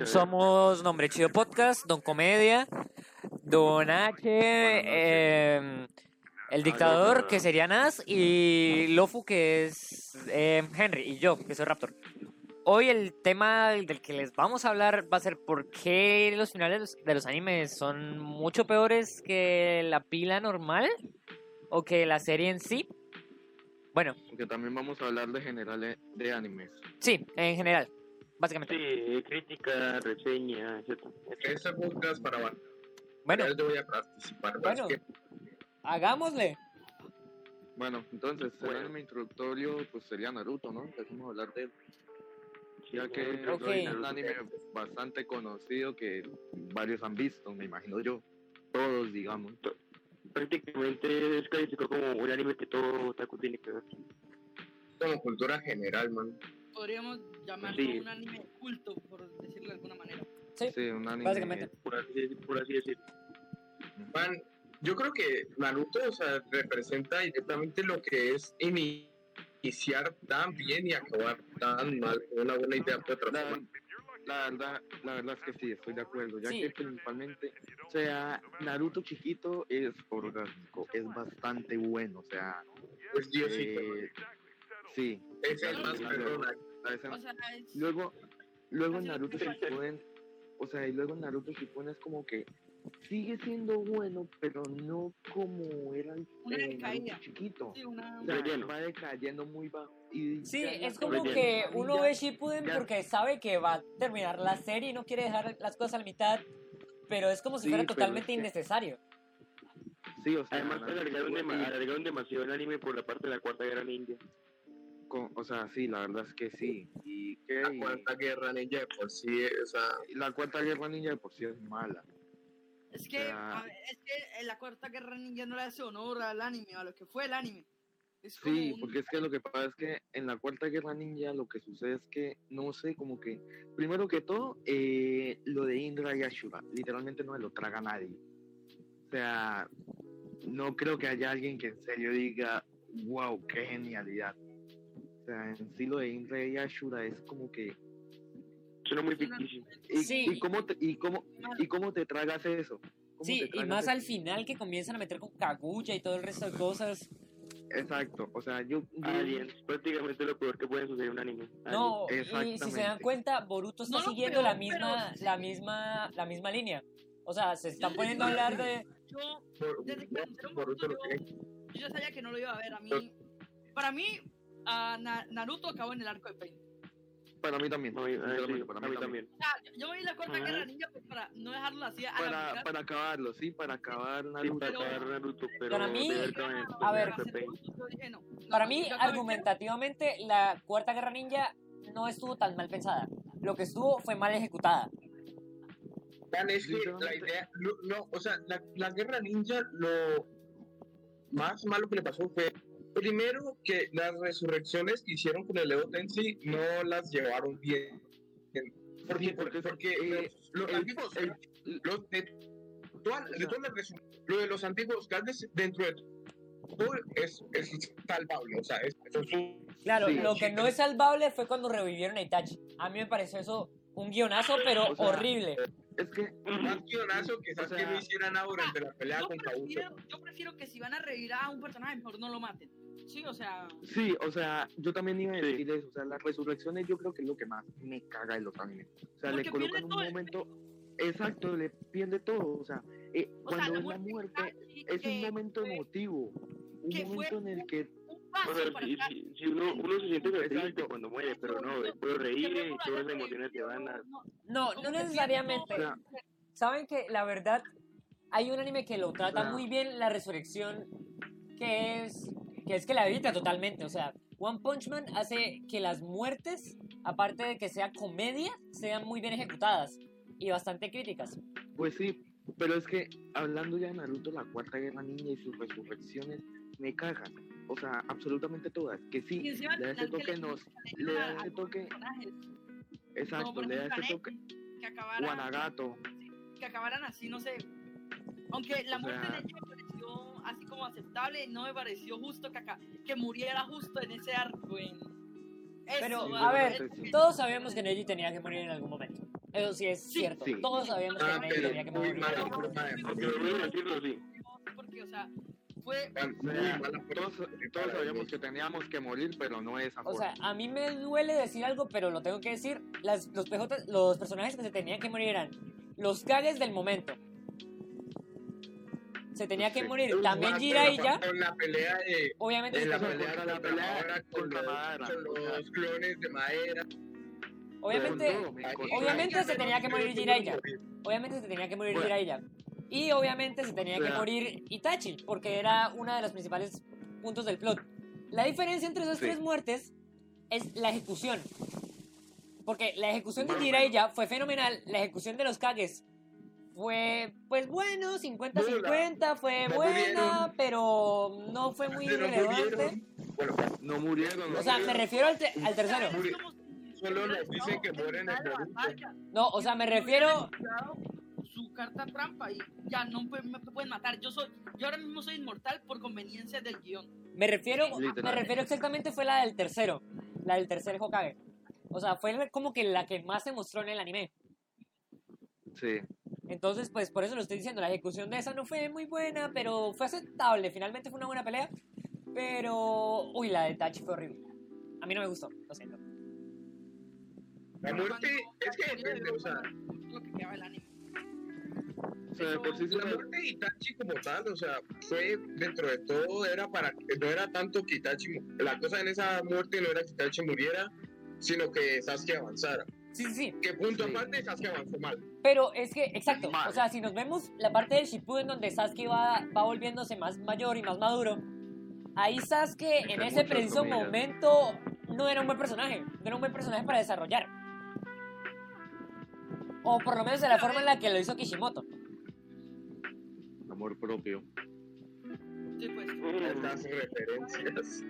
Em, Somos Nombre Chido Podcast, Don Comedia, Don H, eh, El Dictador, que sería Nas, y Lofu, que es eh, Henry, y yo, que soy Raptor. Hoy el tema del que les vamos a hablar va a ser por qué los finales de los- de los animes son mucho peores que la pila normal o que la serie en sí. Bueno, Porque también vamos a hablar de generales de animes. sí, en general, básicamente. Sí, crítica, reseña, etc. Este podcast para variar, Bueno, yo voy a participar. pero Bueno. es que- hagámosle. bueno, entonces, Bueno. el anime introductorio pues sería Naruto, ¿no? Que vamos a hablar de él. Ya que Ok. es un anime bastante conocido que varios han visto, me imagino yo. Todos, digamos. Prácticamente es calificado como un anime que todo otaku tiene que ver. Como cultura general, man. podríamos llamarlo Sí. un anime de culto, por decirlo de alguna manera. Sí, un anime. Básicamente. Por así, por así decirlo. Man, yo creo que Naruto o sea, representa directamente lo que es ini- iniciar tan bien y acabar tan mal con una buena idea por otra La, forma. la verdad, la verdad es que sí, estoy de acuerdo. Ya Sí. que principalmente, o sea, Naruto chiquito es orgánico, es bastante bueno, o sea, Es Diosito, eh, sí. es el más perdona. la escena- O sea, es... Luego, luego en Así lo Naruto pienso. Shippuden, o sea, y luego en Naruto Shippuden es como que sigue siendo bueno, pero no como era el Una en Naruto decaída. chiquito. sí, una... O sea, Relleno. va decayendo muy bajo. Y Sí, ya en es la como torre que ya- uno ve Shippuden ya. porque sabe que va a terminar la serie y no quiere dejar las cosas a la mitad, pero es como si Sí, fuera pero totalmente es que- innecesario. Sí, o sea, Además, Naruto alargaron, Shippuden- dema- alargaron demasiado el anime por la parte de la Cuarta Guerra India. con- o sea, sí, la verdad es que sí. Y que La cuarta guerra ninja de por sí, o sea, y la cuarta guerra ninja de por sí es mala. Es que, Ya. a ver, es que en la cuarta guerra ninja no le hace honor al anime, a lo que fue el anime. Es como Sí, un- porque es que lo que pasa es que en la Cuarta Guerra Ninja lo que sucede es que, no sé, como que, primero que todo, eh, lo de Indra y Ashura, literalmente no se lo traga nadie. O sea, no creo que haya alguien que en serio diga, wow, qué genialidad. O sea, en sí lo de Indra y Ashura es como que... Suena muy ficticio. ¿Y, Sí. Ah. y cómo, te, y, cómo, ¿Y cómo te tragas eso? ¿Cómo Sí, te y tragas más eso? al final que comienzan a meter con Kaguya y todo el resto de cosas. Exacto, o sea, yo... yo- Aliens, prácticamente lo peor que puede suceder en un anime. No, y si se dan Exactamente. cuenta, Boruto está No, no, siguiendo pero- la misma, pero- la misma, la misma línea. O sea, se están poniendo a hablar de. Yo, por, desde que no, anunciaron Boruto Boruto, lo que es. yo, yo ya sabía que no lo iba a ver. A mí, para mí, a Na- Naruto acabó en el arco de Pain. Para mí también. Anime. No, a- a- sí, sinceramente, a mí también. O sea, yo, yo voy a la cuarta Ajá. guerra ninja pues, para Ah, no dejarlo así a la Ah. para, mitad. para acabarlo, sí, para acabar Sí, Naruto. para pero- acabar Naruto, pero Para mí- de ver Kamen, a de ver. ver Pepe. Yo dije, no, no, Para no, mí, yo acabé- argumentativamente, la Cuarta Guerra Ninja no estuvo tan mal pensada. Lo que estuvo fue mal ejecutada. Man, es que la Literalmente. idea, no, no, o sea, la, la guerra ninja lo más malo que le pasó fue primero que las resurrecciones que hicieron con el Edo Tensei no las llevaron bien. ¿Por Sí, qué? Porque, porque- porque eh, los, los el- antiguos, el- los de, todas- de todas las resurrecciones, lo de los antiguos grandes dentro de todo es, es salvable, o sea, es, eso es un- Claro, Sí. lo que no es salvable fue cuando revivieron a Itachi. A mí me pareció eso un guionazo, pero O sea, eh, horrible. Es que, más guionazo que O sea- Sasuke no hiciera nada durante la pelea yo con Kabuto. prefiero, yo prefiero que si van a revivir a un personaje, mejor no lo maten. Sí, o sea, sí, o sea, yo también iba a Sí. decir eso. O sea, las resurrecciones yo creo que es lo que más me caga de los animes. O sea, le Porque pierde colocan un todo el momento. Exacto, le pierde todo. O sea, eh, o sea, cuando la es la muerte, Itachi, es un que momento fue emotivo. Un que fue momento en el que. un O paso sea, para si, atrás. si- si uno, uno se siente Exacto. triste cuando muere, pero no, es puro reír y todas las emociones te van a... No, Ah, No, no como que sí, necesariamente. O sea, Saben que la verdad, hay un anime que lo trata Claro. muy bien la resurrección, que es que es que la evita totalmente. O sea, One Punch Man hace que las muertes, aparte de que sea comedia, sean muy bien ejecutadas y bastante críticas. Pues sí, pero es que hablando ya de Naruto, la Cuarta Guerra Ninja y sus resurrecciones me cagan. O sea, absolutamente todas. Que Y sí, encima le da al ese final que toque, le- nos, le le dieron da a- ese a toque, personajes, como exacto, por le da ejemplo a ese toque. Neji, que acabaran, Guanagato, que acabaran así, no sé. Aunque la O muerte sea- de ella me pareció así como aceptable, no me pareció justo que, acá- que muriera justo en ese arco. en- Pero, Eso, a ah, ver, es- sí. Todos sabíamos que Neji tenía que morir en algún momento. Eso sí es cierto. Sí. Todos sabíamos Ah, que Rey pero tenía que muy morir. mal, muy mal. Porque lo voy a decirlo así. Porque, o sea, fue. Muy mala Todos, todos sabíamos que teníamos que morir, pero no de esa O forma. sea, a mí me duele decir algo, pero lo tengo que decir. Las- los, PJ, los personajes que se tenían que morir eran los cagues del momento. Se tenía que Sí. morir también Más, Jiraiya. pero En la pelea de. Obviamente, En se la pasó- pelea contra de la la madera, pelea con contra los, madera, con o sea. los clones de madera. obviamente, Con todo, me encontré. obviamente Ay, se tenía que morir pero- Jiraiya. obviamente se tenía que morir Bueno. Jiraiya. Y obviamente se tenía que Claro. morir Itachi, porque era uno de los principales puntos del plot. La diferencia entre esas Sí. tres muertes es la ejecución. Porque la ejecución de Bueno, Jiraiya fue fenomenal, la ejecución de los Kages fue, pues bueno, 50-50, fue No buena, murieron. pero no fue muy Pero relevante. murieron. Bueno, No murieron. O sea, me refiero al, te- al tercero. Es Murió. como si Solo hubiera nos dicen estado que mueren en en la Naruto. batalla. No, o sea, me Si hubieran refiero... utilizado su carta trampa y ya no me, me pueden matar. Yo soy, yo ahora mismo soy inmortal por conveniencia del guión. Me refiero, Literal. me refiero exactamente fue la del tercero, la del tercer Hokage. O sea, fue la- como que la que más se mostró en el anime. Sí. Entonces, pues por eso lo estoy diciendo, la ejecución de esa no fue muy buena, pero fue aceptable, finalmente fue una buena pelea. Pero, uy, la de Tachi fue horrible. A mí no me gustó, lo siento. La muerte es que Cuando- depende, o sea, lo que quedaba del anime. O sea, de por sí se la muerte de Itachi como tal, o sea, fue dentro de todo, era para, no era tanto que Itachi, mu- la cosa en esa muerte no era que Itachi muriera, sino que Sasuke avanzara. Sí, sí, sí. Que punto Sí. aparte Sasuke avanzó mal. Pero es que, exacto, Mal. o sea, si nos vemos la parte del Shippuden donde Sasuke va, va volviéndose más mayor y más maduro, ahí Sasuke en Entre ese muchas preciso comillas. momento no era un buen personaje, no era un buen personaje para desarrollar. O por lo menos de la forma en la que lo hizo Kishimoto. Amor propio. Sí, pues. Las referencias.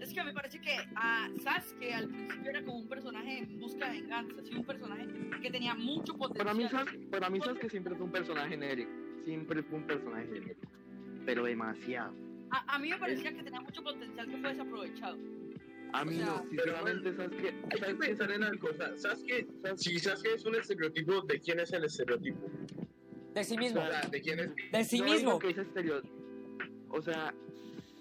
Es que me parece que a Sasuke al principio era como un personaje en busca de venganza, sí, un personaje que tenía mucho potencial. Para mí, Sas- para mí Sasuke siempre fue un personaje genérico. Siempre fue un personaje genérico. Pero demasiado. a, a mí me parecía que tenía mucho potencial que fue desaprovechado. A mí O sea, no, sinceramente Sasuke... Hay que pensar en algo, o sea, Sasuke, si Sasuke es un estereotipo, ¿de quién es el estereotipo? De sí O mismo. sea, ¿de quién es? De sí no mismo. digo que es estereo- O sea,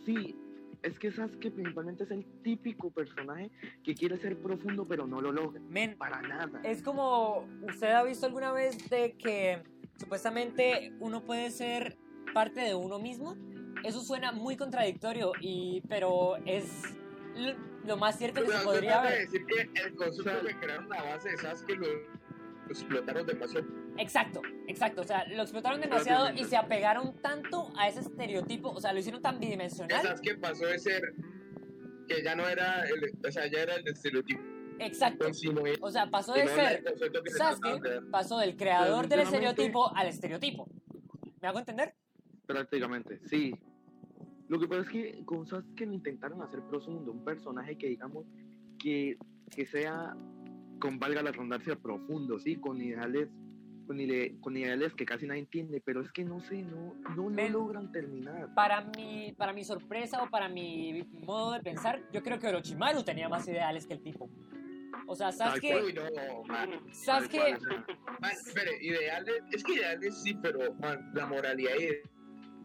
sí. Es que Sasuke principalmente es el típico personaje que quiere ser profundo pero no lo logra. Men, Para nada. es como, ¿usted ha visto alguna vez de que supuestamente uno puede ser parte de uno mismo? Eso suena muy contradictorio, y, pero es l- lo más cierto que O sea, se se podría trata de ver. decir que el concepto O sea, que crearon a base de Sasuke lo, lo explotaron demasiado. Exacto, exacto. O sea, lo explotaron demasiado y se apegaron tanto a ese estereotipo. O sea, lo hicieron tan Que bidimensional. Sasuke pasó de ser que ya no era el, o sea, ya era el estereotipo, Exacto. sino el- O sea, pasó de sino el ser, concepto que se trataba de Sasuke crear. pasó del creador del Sinceramente- estereotipo al estereotipo. ¿Me hago entender? Prácticamente, sí. Lo que pasa es que con Sasuke lo intentaron hacer profundo, un personaje que digamos que, que sea, con valga la redundancia, profundo, sí, con ideales, con, ide- con ideales que casi nadie entiende, pero es que no sé, no, no, no Men. logran terminar. Para mi, para mi sorpresa o para mi modo de pensar, yo creo que Orochimaru tenía más ideales que el tipo. O sea, Sasuke, Uy, no, man. Tal cual, Sasuke o sea, Man, espere, ideales, es que ideales sí, pero man, la moralidad y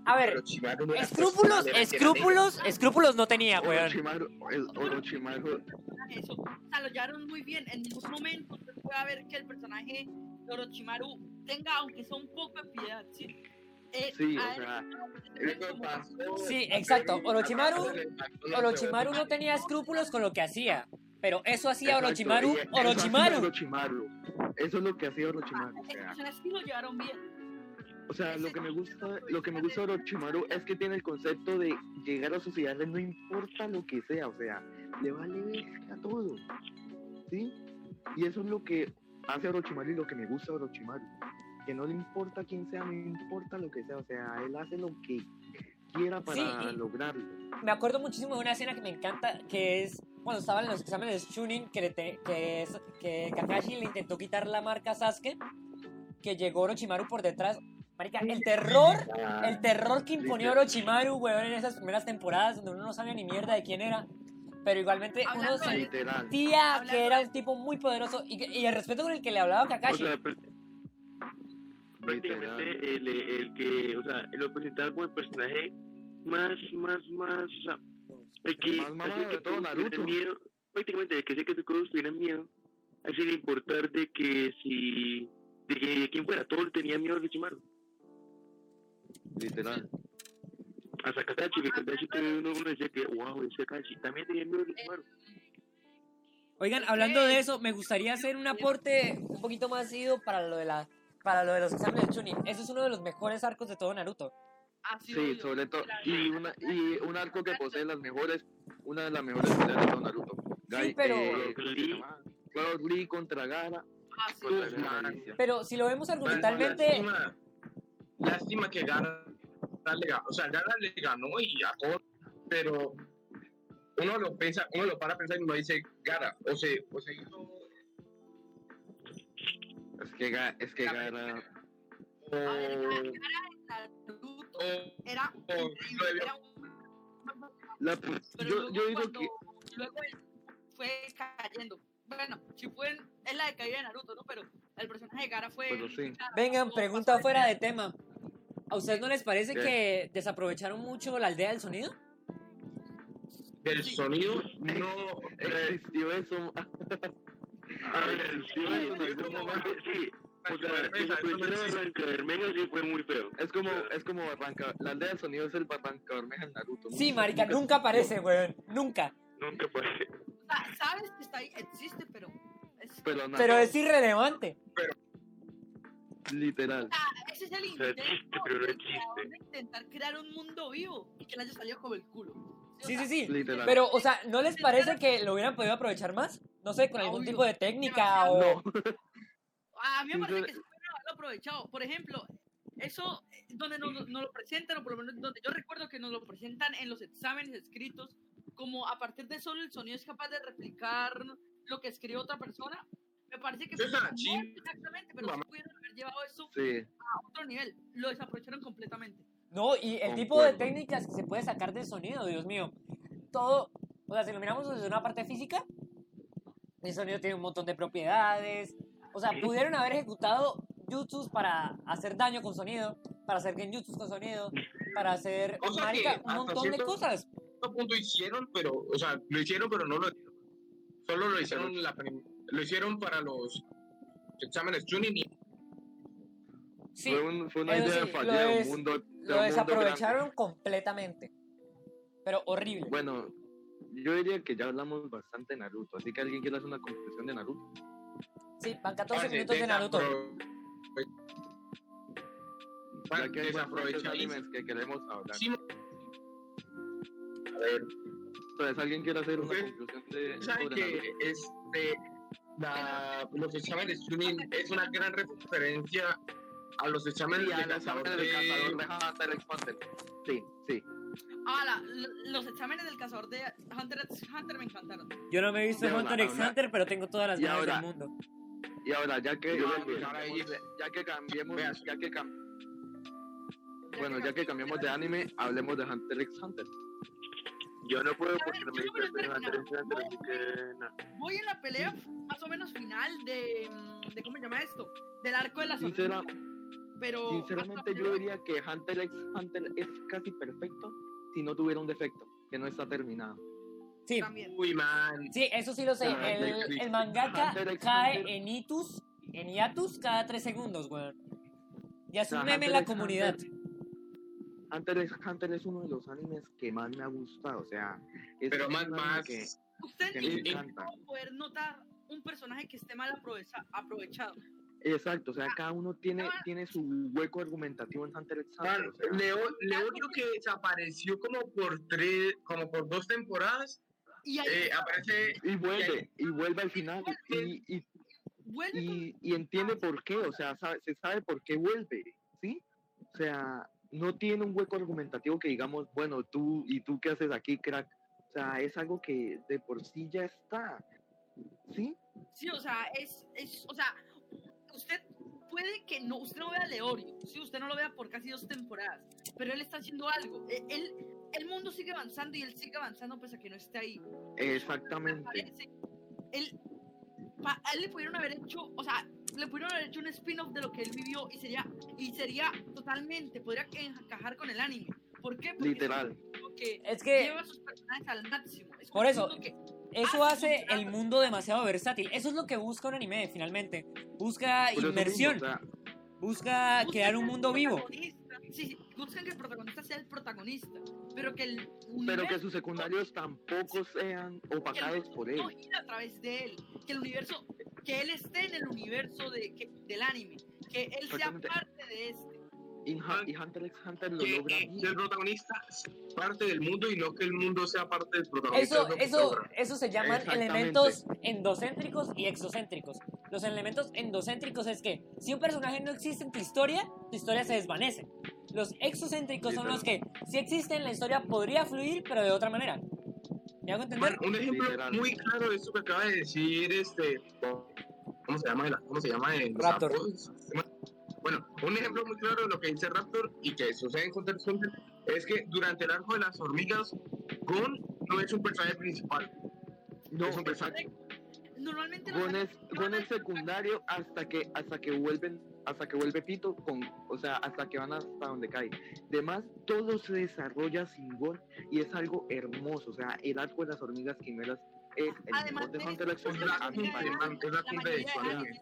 a ver, pero Chimaru no era escrúpulos, personal, era que era escrúpulos, escrúpulos no tenía, Ah, weón. Orochimaru, el Orochimaru, Eso, o sea, lo llevaron muy bien. En ningún momento usted puede ver que el personaje de Orochimaru tenga, aunque sea un poco de piedad, ¿sí? Eh, sí, a o Ah, él sea, negro. es Eso como- pasó, Sí, exacto, pero Orochimaru- acaso le impactó la Orochimaru ciudad. no tenía escrúpulos con lo que hacía, pero eso hacía exacto, Orochimaru, y eso hacía Orochimaru. Orochimaru. Eso es lo que hacía Orochimaru, o sea. eh, o sea, sí lo llevaron bien. O sea, lo que me gusta, lo que me gusta de Orochimaru es que tiene el concepto de llegar a sus ideales no importa lo que sea, o sea, le vale verga todo. ¿Sí? Y eso es lo que hace Orochimaru y lo que me gusta de Orochimaru, que no le importa quién sea, no importa lo que sea, o sea, él hace lo que quiera para Sí, y- lograrlo. me acuerdo muchísimo de una escena que me encanta, que es cuando estaban en los exámenes de Chunin, que, le te- que, es- que Kakashi le intentó quitar la marca a Sasuke, que llegó Orochimaru por detrás. Marica, el terror, Ah, el terror que imponía Orochimaru, weón, en esas primeras temporadas, donde uno no sabía ni mierda de quién era. Pero igualmente uno Hablando de- Literal. sentía Hablando que era de- un tipo muy poderoso y, que- y el respeto con el que le hablaba O Kakashi. sea, pr- prácticamente el, el que, o sea, lo presentaron como el personaje más, más, más, o sea, el que Más mamado hacía de todo todos Naruto. tuvieran miedo, prácticamente el que hacía que todos tuvieran miedo, así sin importar de que si, de que de quién fuera, todos tenían miedo de Chimaru. Literal. Hasta Kakashi, que Kakashi también uno, uno decía que, wow, es Kakashi, también tenía miedo de Chimaru. Oigan, hablando de eso, me gustaría hacer un aporte un poquito más ido para lo de la para lo de los exámenes de Chunin. Eso es uno de los mejores arcos de todo Naruto. Así Sí, obvio. sobre todo. Claro. Y, una, y un arco que posee las mejores, una de las mejores peleas de todo Naruto. Gai- pero- eh, ¿cómo se llama? Claude Lee contra Gara. Ah, sí. Contra Uf, Gara. man. Pero si lo vemos Bueno, argumentalmente, Lástima, lástima que Gara le ganó. O sea, Gara le ganó y a todos. Pero uno lo piensa, uno lo para a pensar y uno dice Gara. O se, o se hizo. O, Es que, Ga- es que Gara. A ver, Gara- Gara en Naruto o- era o lo debió- era un- La pu- Oh, pero yo, luego yo digo cuando- que. luego él fue cayendo. Bueno, si fue en- es la decaída de Naruto, ¿no? Pero el personaje de Gara fue. Pero sí. vengan, o pregunta pasó- fuera de tema. ¿A ustedes no les parece ¿Qué? que desaprovecharon mucho la aldea del sonido? del sonido no. eh, Existió eso. A ver, sí, Ay, en algún momento, sí, o sea, Bermeja, eso no desaparecer existe. a Arrancabermeja sí fue muy feo. Es como, es como Barranca. La aldea del sonido es el Barranca Bermeja en Naruto. Sí, marica, nunca aparece, weón. Nunca. Nunca fue. O sea, sabes que está ahí, existe, pero. es- Pero nada. Pero es irrelevante. Literal. ese es el sea, intento existe, pero no del creador existe. de intentar crear un mundo vivo y que le haya salido como el culo. Sí, o sí, sea, sí. Literal. Pero, o sea, ¿no les parece que lo hubieran podido aprovechar más? No sé, con algún Obvio. tipo de técnica Demasiado. o... No. A mí me parece Entonces- que se puede haberlo aprovechado. Por ejemplo, eso eh, donde nos, nos- nos lo presentan, o por lo menos donde yo recuerdo que nos lo presentan en los exámenes escritos, como a partir de solo el sonido es capaz de replicar lo que escribe otra persona. Me parece que Eso es una no chin- exactamente, pero sí mamá. pudieron haber llevado eso Sí. a otro nivel. Lo desaprovecharon completamente. No, y el tipo de Concuerdo. técnicas que se puede sacar del sonido, Dios mío. Todo, o sea, si lo miramos desde una parte física, el sonido tiene un montón de propiedades. O sea, pudieron haber ejecutado jutsus para hacer daño con sonido, para hacer genjutsus con sonido, para hacer, O sea que marica, un hasta montón de cierto- cosas. cierto punto hicieron, pero, o sea, lo hicieron, pero no lo solo lo hicieron la prim- lo hicieron para los exámenes tuning y Sí, Fue, un- fue una eso idea sí, de lo fallida de des- un mundo. de un lo mundo desaprovecharon completamente. Pero grande. horrible. Bueno, yo diría que ya hablamos bastante de Naruto. Así que alguien quiere hacer una conclusión de Naruto. Sí, Ah, van 14 Parce, minutos de Naruto. desapro- Ya que hay bastantes desaprovechadísimo. animes que queremos hablar. Entonces, Pues, alguien quiere hacer una Ok. conclusión de, ¿Saben sobre Naruto. que este, la- los exámenes tuning es una gran referencia a los exámenes Sí, de a la cazador saga del de- cazador de Hunter x Hunter. Sí, sí. Ahora, los exámenes del cazador de Hunter x Hunter me encantaron. Yo no me he visto Y ahora, Hunter x ahora- Hunter, pero tengo todas las y ganas ahora- del mundo. Y ahora, ya que, Yo ya, creo que- que cambiemos de- ya que cambiemos, Vea. ya que cam- bueno, ya que cambiemos de anime, hablemos de Hunter x Hunter. Yo no puedo A ver, porque no me yo no me lo distraen he Andrés Sanders, así que no. voy en la pelea más o menos final de, mm, de ¿cómo se llama esto? Del arco de la Sincera- sorpresa. Pero Sinceramente, yo diría que Hunter x Hunter es casi perfecto si no tuviera un defecto, que no está terminado. Sí, también. Uy, man. sí, eso sí lo sé. Ah, Hunter El, x- el mangaka Hunter x Hunter. cae en hitus, en hiatus cada tres segundos, weón. Ya es Ah, un meme Hunter en la x comunidad. Hunter x Hunter es uno de los animes que más me ha gustado, o sea, es Pero un más, anime más. que Usted que me ni encanta. cómo poder notar un personaje que esté mal aprovecha- aprovechado. exacto, o sea, cada uno tiene tiene su hueco argumentativo en Hunter x Hunter. Man, o sea, Leo, Leo creo que desapareció como por tres, como por dos temporadas. Y ahí Eh, aparece y vuelve, y vuelve al final y, y vuelve con y, y entiende por qué, o sea, sabe- se sabe por qué vuelve, ¿sí? O sea, no tiene un hueco argumentativo que digamos, bueno, tú y tú qué haces aquí, crack. O sea, es algo que de por sí ya está, ¿sí? Sí, o sea, es, es, o sea, usted puede que no, usted no vea a Leorio, si usted no lo vea por casi dos temporadas, pero él está haciendo algo. e- Él, el mundo sigue avanzando y él sigue avanzando pese a que no esté ahí. Exactamente. Parece- Él, pa- a él le pudieron haber hecho, o sea, le pudieron haber hecho un spin-off de lo que él vivió y sería, y sería totalmente, podría encajar con el anime. ¿Por qué? Porque Literal. siento que Es que lleva a sus personajes al máximo. Es Por eso, siento que eso hace hace un el mundo demasiado versátil. Eso es lo que busca un anime, finalmente. Busca Por eso mismo, inmersión, o sea, busca buscan crear que un el mundo vivo. protagonista- Sí, sí, buscan que el protagonista sea el protagonista, pero que el pero que universo sus secundarios tampoco sean opacados por él. no gira a través de él, que el universo, que él esté en el universo de, que- del anime, que él sea Exactamente. parte de este. Y, Han- y Hunter x Hunter lo Que logra. Eh, el protagonista sea parte del mundo y no que el mundo sea parte del protagonista. Eso, es lo que eso, logra. eso se llaman Exactamente. elementos endocéntricos y exocéntricos. Los elementos endocéntricos es que si un personaje no existe en tu historia, tu historia se desvanece. Los exocéntricos son los que, si existen, la historia podría fluir, pero de otra manera. ¿Me hago entender? Bueno, un ejemplo Literal. muy claro de esto que acaba de decir este. ¿Cómo se llama? el- ¿Cómo se llama? el- los Raptor. apodos? Bueno, un ejemplo muy claro de lo que dice Raptor y que sucede en Hunter x Hunter es que durante el arco de las hormigas, Gon no es un personaje principal. No, es un personaje. Normalmente los Gon animes es, Gon es secundario hasta que hasta que vuelven hasta que vuelve Pito con o sea hasta que van hasta donde cae. Además todo se desarrolla sin Gon y es algo hermoso, o sea el arco de las hormigas quimeras es el Además mejor de de Hunter x eso, Hunter la a mi mayoría de parecer. animes- es la la cumbre de mayoría de historia. animes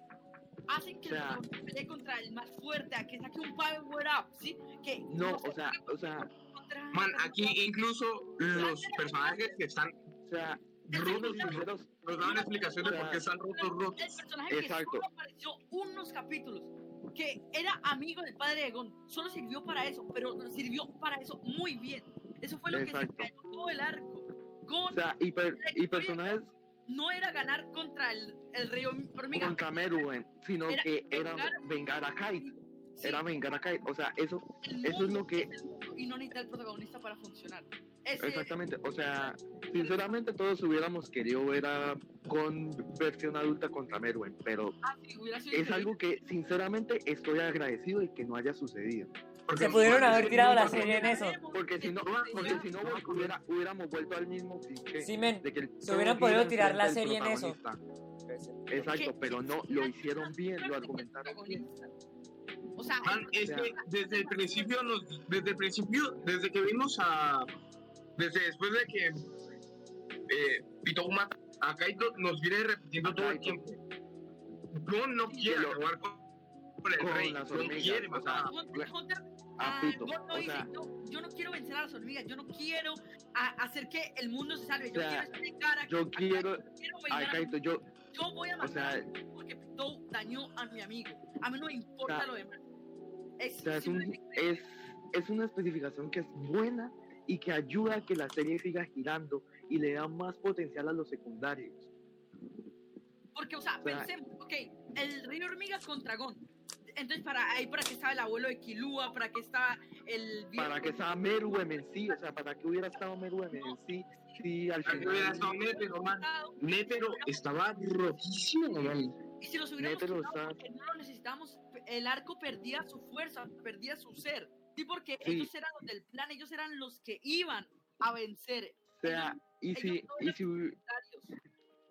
hacen que O sea- el protagonista pelee contra el más fuerte, a que saque un power up, ¿sí? Que No, o sea, o sea, contra- Man, aquí incluso los personajes que están. o sea, Es Rotos y secundario. sinceros, Nos dan una explicación de por qué están el rotos, rotos. personaje Exacto. que solo apareció unos capítulos, que era amigo del padre de Gon, solo sirvió para eso, pero sirvió para eso muy bien. Eso fue lo Exacto. que se cayó todo el arco. o Gon sea, y, per- y personajes no era ganar contra el, el rey hormiga. contra Meruben, sino Era que era vengar- vengar a Kite, Sí, era vengar a Kite, o sea, eso el eso es mundo lo que- el mundo y no necesita el protagonista para funcionar. Ese- Exactamente, o sea, sinceramente todos hubiéramos querido ver a con versión adulta contra Merwen, pero ah, sí, hubiera sido es increíble. algo que sinceramente estoy agradecido de que no haya sucedido. Porque Se pudieron Gon es haber el tirado la único- serie en eso. Porque si no, porque si no hubiera- hubiéramos vuelto al mismo cliché Sí, men. de que el- se hubieran todo podido gira tirar la enfrente serie del en eso. protagonista. Exacto, pero no, lo hicieron bien, lo argumentaron bien. Ah, O sea, Man, Ah, es que desde el principio, nos, desde el principio, desde que vimos a, desde después de que eh, Pito mata a Kaito, nos viene repitiendo A todo el Kaito. tiempo. Gon no quiere Lo- jugar con, con el con rey, las Gon hormigas, quiere o matar. sea, Hunter x Hunter, A ah, Pito, Gon no o dice, sea, "No, yo no quiero vencer a las hormigas, yo no quiero a- hacer que el mundo se salve, yo O sea, quiero explicar a yo a- quiero- quiero pues a vengar, Kaito, yo, yo voy a o matar sea, porque Pito dañó a mi amigo. A mí no me importa O sea, lo demás. Es, O sea, es, un- simplemente- es, es una especificación que es buena y que ayuda a que la serie siga girando y le da más potencial a los secundarios. Porque, o sea, o sea, pensemos, ok, el rey hormigas contra Gon. Entonces, para ahí para que estaba el abuelo de Kilua, para que estaba el viejo- Para que estaba Meruem en sí, o sea, para que hubiera estado Meruem en sí, sí, al Para que hubiera final estado Netero, man. Netero estaba rotísimo, man. Y si los hubiéramos Nétero quitado, está- porque no lo necesitamos, el arco perdía su fuerza, perdía su ser. Sí, porque Sí. ellos eran los del plan, ellos eran los que iban a vencer. o sea, y si, y si, Darius.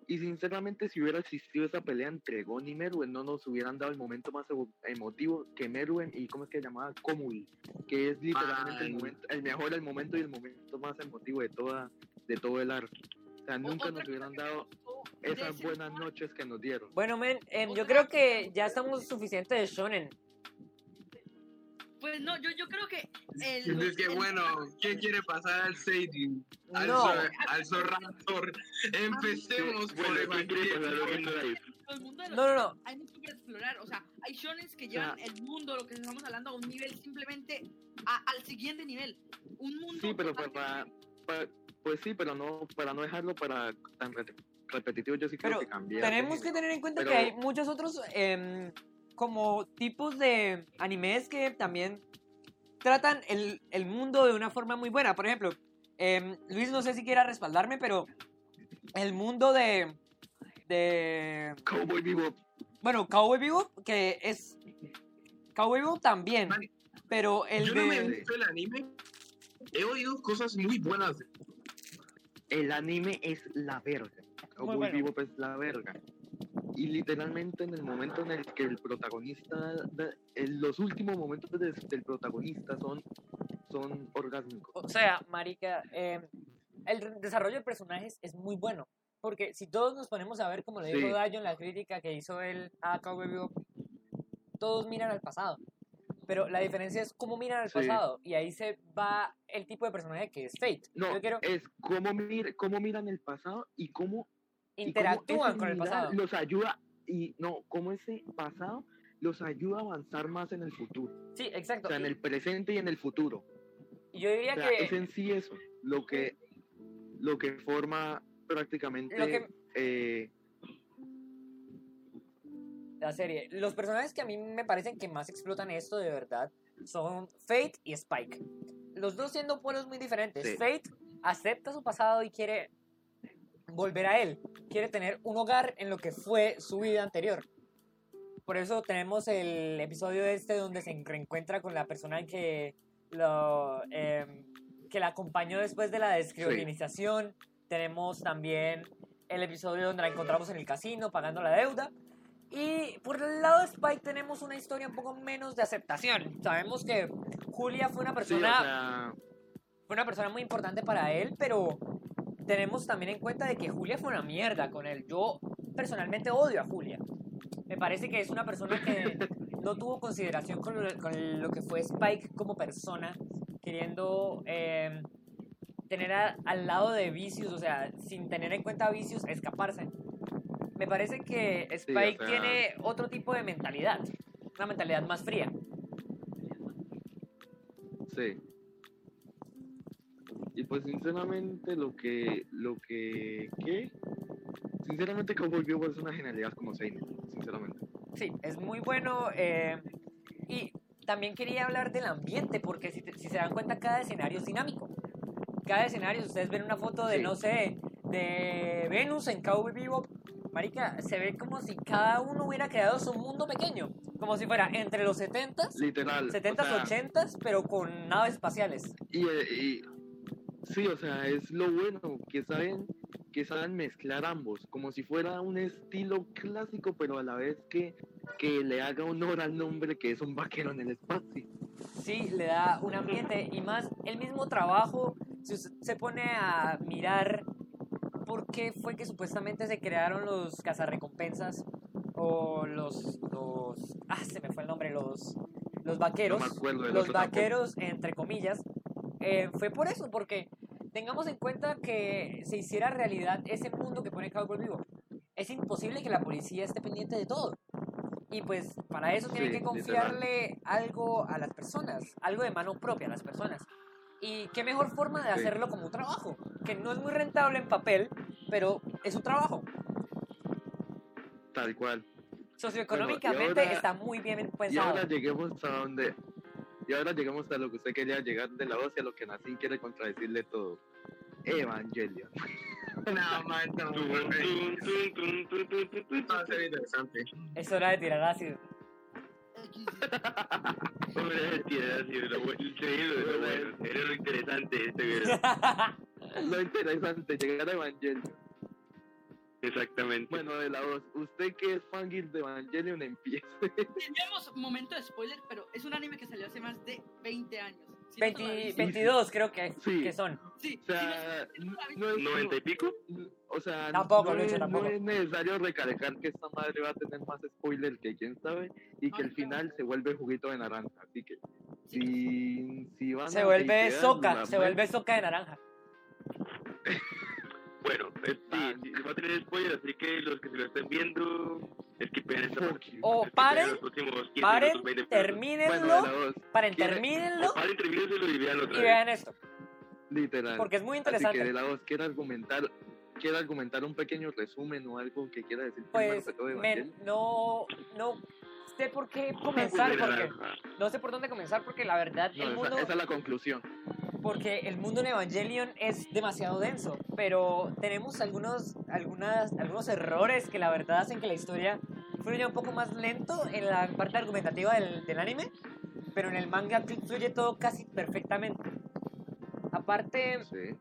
y sinceramente si hubiera existido esa pelea entre Gon y Meruem, no nos hubieran dado el momento más evo- emotivo que Meruem y cómo es que se llamaba Komui, que es literalmente el, Man. momento, el mejor, el momento y el momento más emotivo de toda, de todo el arco. O sea, O- nunca otra nos cosa hubieran que me dado gustó de esas ese buenas arco noches que nos dieron. Bueno, men, em, yo creo que ya estamos suficiente de shonen. Pues no, yo, yo creo que. El, Entonces, que el- bueno, ¿qué quiere pasar al Seidin? Al, No. Zor- al Zorrator. Empecemos por el ¿qué quiere pasar ahorita ahí? el mundo de los No, no, no. hay mucho que explorar. O sea, hay shonens que llevan el mundo, lo que estamos hablando, a un nivel simplemente a- al siguiente nivel. Un mundo. Sí, pero totalmente para, para- pues sí, pero no para no dejarlo para tan re- repetitivo, yo sí creo Pero que cambiar. Tenemos que tener en cuenta que Pero- hay muchos otros em, como tipos de animes que también tratan el, el mundo de una forma muy buena. Por ejemplo, em, Luis, no sé si quiera respaldarme, pero el mundo de... de Cowboy Bebop, bueno, Cowboy Bebop, que es... Cowboy Bebop también, Vale. pero el Yo no me he de... visto el anime, He oído cosas muy buenas. El anime es la verga. Muy Cowboy bueno. Bebop es pues, la verga. Y literalmente en el momento en el que el protagonista, da- en los últimos momentos de- del protagonista son, son orgásmicos. O sea, marica, eh, el re- desarrollo de personajes es muy bueno. Porque si todos nos ponemos a ver, como le dijo Sí. Dayo en la crítica que hizo él a Cowboy Bebop, todos miran al pasado. Pero la diferencia es cómo miran al Sí. pasado. Y ahí se va el tipo de personaje que es Fate. No, Yo quiero es cómo, mir, cómo miran el pasado y cómo y cómo interactúan ese con el mirar pasado. Los ayuda, y no, cómo ese pasado los ayuda a avanzar más en el futuro. Sí, O exacto. sea, en y- el presente y en el futuro. y yo diría O sea, que... es en sí eso, lo que, lo que forma prácticamente Lo que- eh, la serie. Los personajes que a mí me parecen que más explotan esto de verdad son Fate y Spike. Los dos siendo pueblos muy diferentes. Sí. Fate acepta su pasado y quiere volver a él. Quiere tener un hogar en lo que fue su vida anterior. Por eso tenemos el episodio este donde se reencuentra con la persona que lo em, que la acompañó después de la descriolinización. Tenemos también el episodio donde la encontramos en el casino pagando la deuda. Y por el lado de Spike tenemos una historia un poco menos de aceptación. Sabemos que Julia fue una sí, o persona, sea, fue una persona muy importante para él, pero tenemos también en cuenta de que Julia fue una mierda con él. Yo personalmente odio a Julia. Me parece que es una persona que no tuvo consideración con lo, con lo que fue Spike como persona, queriendo eh, tener a- al lado de vicios, o sea, sin tener en cuenta vicios, escaparse. Me parece que o Spike sea- tiene otro tipo de mentalidad, una mentalidad más fría. sí. Y pues sinceramente lo que, lo que, ¿qué? Sinceramente Cowboy Bebop es una genialidad como Seinen, sinceramente. Sí, es muy bueno. eh, y también quería hablar del ambiente, porque si, te- si se dan cuenta, cada escenario es dinámico. Cada escenario, si ustedes ven una foto de, Sí. no sé, de Venus en Cowboy Bebop, marica, se ve como si cada uno hubiera creado su mundo pequeño. Como si fuera entre los 70s, Literal. o 70s, sea, 80s, pero con naves espaciales. Y, eh, y- sí, o sea, es lo bueno que saben que saben mezclar ambos, como si fuera un estilo clásico, pero a la vez que, que le haga honor al nombre que es un vaquero en el espacio. sí le da un ambiente y más el mismo trabajo si usted se pone a mirar por qué fue que supuestamente se crearon los cazarrecompensas o los los ah se me fue el nombre los los No vaqueros me acuerdo del los otro tampoco. vaqueros entre comillas eh, fue por eso porque tengamos en cuenta que se hiciera realidad ese mundo que pone Cowboy Vivo es imposible que la policía esté pendiente de todo y pues para eso tienen Sí, que confiarle algo a las personas, algo de mano propia a las personas. Y qué mejor forma de Sí. hacerlo como un trabajo, que no es muy rentable en papel, pero es un trabajo. Tal cual. Socioeconómicamente ahora- está muy bien Y ahora pensado. lleguemos a donde. Y ahora llegamos a lo que usted quería llegar de la voz y a lo que Nacín quiere contradecirle todo. Evangelio. No, man, no, Tun, no, eh, tun, tun, tun, tun, tun, tun, tun, va a tun. ser interesante. Es hora de tirar ácido. Hombre, es tierra, sí, lo bueno, sí, lo- lo bueno. Era lo interesante de este video. Lo interesante, llegar a Evangelio. Exactamente. Bueno, de la voz, usted que es fangirl de Evangelion empiece. Tenemos momento de spoiler, pero es un anime que salió hace más de 20 años. Si no te lo 20 habéis- 22 creo que, Sí. que son. Sí, O si no- sea, no es, ¿Noventa y pico? o sea, Tampoco, no, Lucho, es, tampoco. no es necesario recalcar que esta madre va a tener más spoiler que quién sabe y que Ay, el final se vuelve juguito de naranja. Así que si, si van Se a- vuelve si quedan soca, la se ma- vuelve soca de naranja. Bueno, es- sí, sí, va a tener spoiler, así que los que se lo estén viendo, esquipen esta Fuck parte. you. O Esquipen paren, los próximos 15 paren, minutos, 20 minutos. Bueno, de la termínenlo, voz, paren, ¿quiere- termínenlo O paren, termínenselo y vean y otra vez. vean esto, literal. porque es muy Ah, Así que de interesante. la voz, quiere argumentar, quiere argumentar un pequeño resumen o algo que quiera decir primero Pues que todo de men, Evangelion. no, no sé por qué comenzar, Juguete de porque... naranja. No sé por dónde comenzar porque la verdad No, el esa- mundo, esa es la conclusión. porque el mundo en Evangelion es demasiado denso, pero tenemos algunos algunas algunos errores que la verdad hacen que la historia fluya un poco más lento en la parte argumentativa del, del anime, pero en el manga flu- fluye todo casi perfectamente. Aparte, Sí.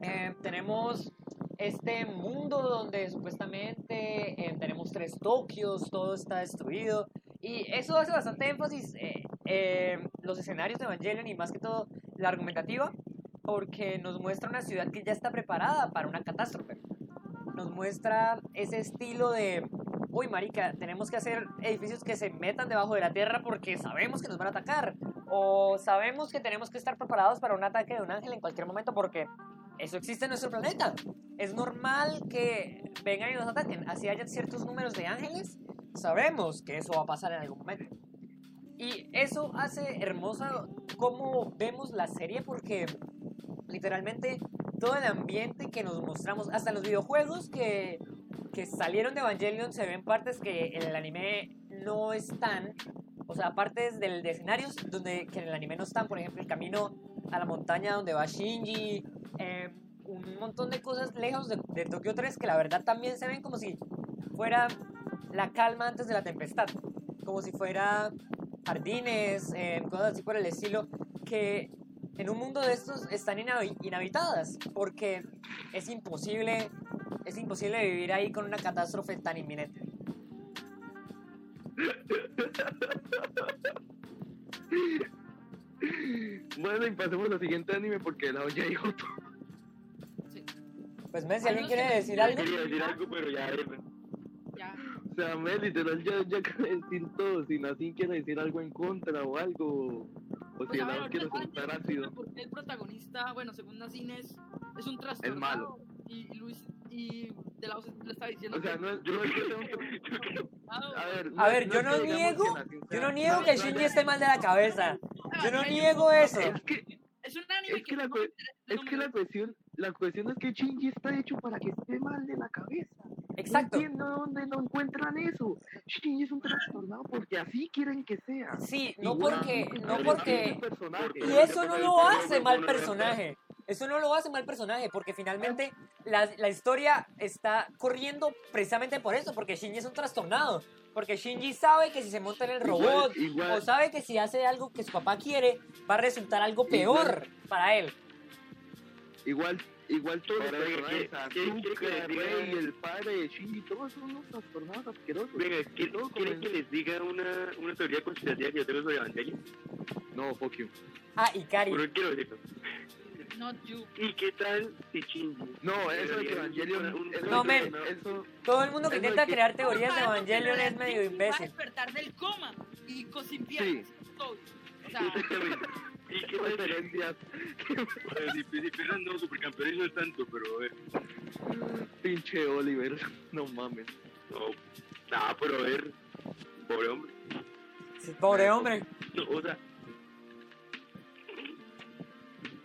eh, tenemos este mundo donde supuestamente eh, tenemos tres Tokios, todo está destruido. Y eso hace bastante énfasis eh, eh, los escenarios de Evangelion y más que todo la argumentativa, porque nos muestra una ciudad que ya está preparada para una catástrofe. Nos muestra ese estilo de, uy, marica, tenemos que hacer edificios que se metan debajo de la tierra porque sabemos que nos van a atacar. O sabemos que tenemos que estar preparados para un ataque de un ángel en cualquier momento porque eso existe en nuestro planeta. Es normal que vengan y nos ataquen. Así hayan ciertos números de ángeles, sabemos que eso va a pasar en algún momento. Y eso hace hermosa cómo vemos la serie porque literalmente todo el ambiente que nos mostramos, hasta los videojuegos que, que salieron de Evangelion, se ven partes que en el anime no están. O sea, partes del, de escenarios donde, que en el anime no están. Por ejemplo, el camino a la montaña donde va Shinji, eh, un montón de cosas lejos de, de Tokio 3 que la verdad también se ven como si fuera la calma antes de la tempestad, como si fuera jardines, eh, cosas así por el estilo, que en un mundo de estos están inhabi- inhabitadas, porque es imposible, es imposible vivir ahí con una catástrofe tan inminente. Bueno, y pasemos al siguiente anime porque la olla dijo todo. Pues Messi, Hay ¿alguien unos quiere que- decir algo? Quería decir algo, pero ya. eh, Ya. O sea, Mel, literal, ya, ya acabé de decir todo. Si Nacín quiere decir algo en contra o algo, o si Pues, el a ver, lado quiere ahorita soltar cuenten ácido. por qué el protagonista, bueno, según Nacin es, es un trastornado. malo. Y y Luis y De la le está diciendo O sea, que no, yo no es que sea un- es trastornado. A ver, A ver, yo es no que digamos niego- que Nacín Yo sea- no niego que Shinji esté mal de la cabeza. Yo no Ah, niego eso. Es que, Es un anime es que la, no- cue- no es que la me- cuestión, la cuestión es que Shinji está hecho para que esté mal de la cabeza. Exacto. No entiendo dónde no encuentran eso. Shinji es un trastornado porque así quieren que sea. Sí, no Igual, porque, no pero es porque un personaje. Y eso no lo hace mal personaje. Eso no lo hace mal personaje, porque finalmente la, la historia está corriendo precisamente por eso, porque Shinji es un trastornado. Porque Shinji sabe que si se monta en el robot, Igual- igual- o sabe que si hace algo que su papá quiere, va a resultar algo peor para él. Igual, igual todos los Ahora, oye, personajes, ¿qué- qué- qué Azúcar, quiere decir Rey, ahí? el padre de Shinji, todos son unos trastornados asquerosos. Venga, ¿quién- Todo ¿quieren comen- que les diga una, una teoría conspirativa que yo tengo sobre Evangelio? No, fuck you. Ah, Ikari. Pero quiero decirlo. Not you. ¿Y qué tal si Shinji? No, eso de que Pero Evangelion... un- eso- No, eso- men. Eso... Todo el mundo que Es lo intenta que- crear teorías de Ojalá, Evangelion porque es medio Va a imbécil. despertar del coma y cosimpiar. O sea, Exactamente. ¿Y qué tal si- Referencias. Bueno, si, si pierdan, no, supercampeones no es tanto, pero a ver. Pinche Oliver. No mames. No, nada, pero a ver. Pobre hombre. Sí, Pobre hombre. No, o sea,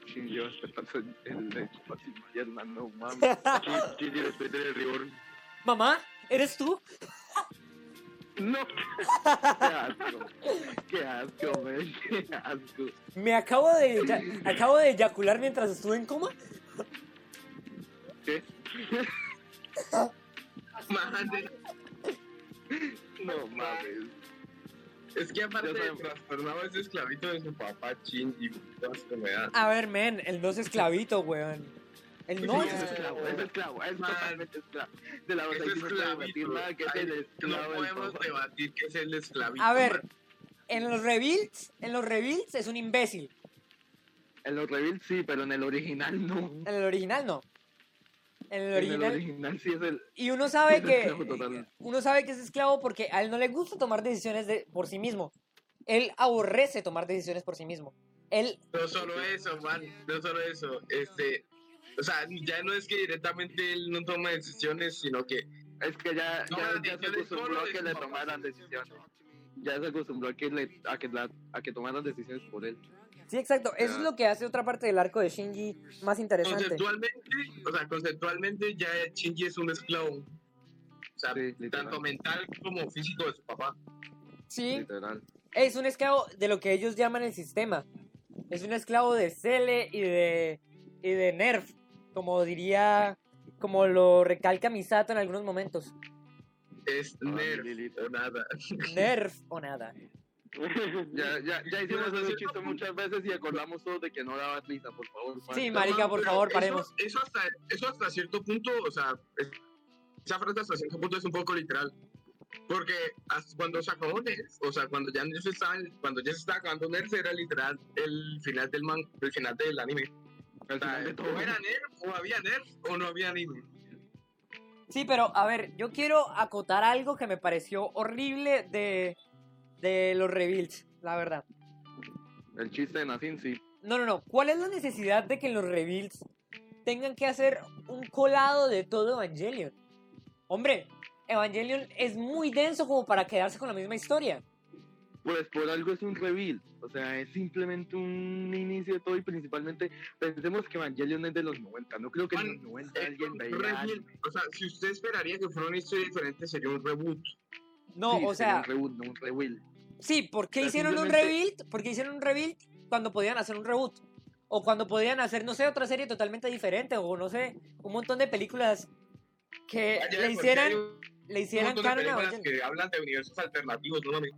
Shinji Dios. despertarse el- el lecho para su pierna, No mames. Shin- Shinji respeta el Reborn. Mamá, ¿eres tú? No. Qué asco. Qué asco, men. Qué asco. Me acabo de, ya- acabo de eyacular mientras estuve en coma. ¿Qué? Madre, No mames. es que aparte Ya de sabemos. trastornado es esclavito de su papá, chin, y todas comedias. A ver, men, el no es esclavito, weón. El no Sí, es es esclavito. esclavo, es esclavo, es eh. Man. totalmente esclavo. De la verdad, Es aquí no puedo debatir esclavito. nada que es el Ay, No esclavo del podemos papá. debatir que es el esclavito. A ver, man. en los rebuilds, en los rebuilds es un imbécil. En los reveals sí, pero en el original no. En el original no. En el En el original. original sí es el. Y uno sabe Es que esclavo total. uno sabe que es esclavo porque a él no le gusta tomar decisiones de, por sí mismo. Él aborrece tomar decisiones por sí mismo. Él No solo eso, man, no solo eso. Este, o sea, ya no es que directamente él no toma decisiones, sino que Es que ya, No, ya, ya se la decisión es acostumbró solo a de que su le papá. tomaran decisiones. Ya se acostumbró a que, le, a que, la- a que tomaran decisiones por él. Sí, exacto. Eso es lo que hace otra parte del arco de Shinji más interesante. conceptualmente, o sea, conceptualmente ya Shinji es un esclavo. O sea, Sí, literal. tanto mental como físico de su papá. Sí, Literal. Es un esclavo de lo que ellos llaman el sistema. Es un esclavo de Cele y de, y de Nerf, como diría, como lo recalca Misato en algunos momentos. Es Ah, nerd Lilith. o nada. Nerf o nada. Ya, ya, ya hicimos ese chiste muchas veces y acordamos todos de que no daba risa, por favor. para. Sí, marica, por favor, paremos. Eso, eso hasta, eso hasta cierto punto, o sea, es- esa frase hasta cierto punto es un poco literal. Porque hasta cuando se acabó Nerf, o sea, cuando ya Nerf estaba, cuando ya se estaba acabando Nerf, era literal el final del man, el final del anime. O Al sea, final de todo. o era Nerf, o había Nerf, o no había anime. Sí, pero a ver, yo quiero acotar algo que me pareció horrible de, de los reveals, la verdad. El chiste de Nacin, sí. No, no, no. ¿Cuál es la necesidad de que en los reveals tengan que hacer un colado de todo Evangelion? Hombre, Evangelion es muy denso como para quedarse con la misma historia. Pues por algo es un reveal. O sea, es simplemente un inicio de todo y principalmente pensemos que Evangelion es de los 90. No creo que en Man, los 90 alguien Un veía. reveal, O sea, si usted esperaría que fuera una historia diferente, sería un reboot. No, Sí, o sería sea, Un reboot, no un reveal. sí, ¿por qué sea, hicieron un simplemente- reveal? ¿Por qué hicieron un reveal cuando podían hacer un reboot? O cuando podían hacer, no sé, otra serie totalmente diferente, o no sé, un montón de películas que Eh, Vaya, le Ah, porque hicieran, hay un le hicieran montón de canon a películas Evangelion. que hablan de universos alternativos, no mames.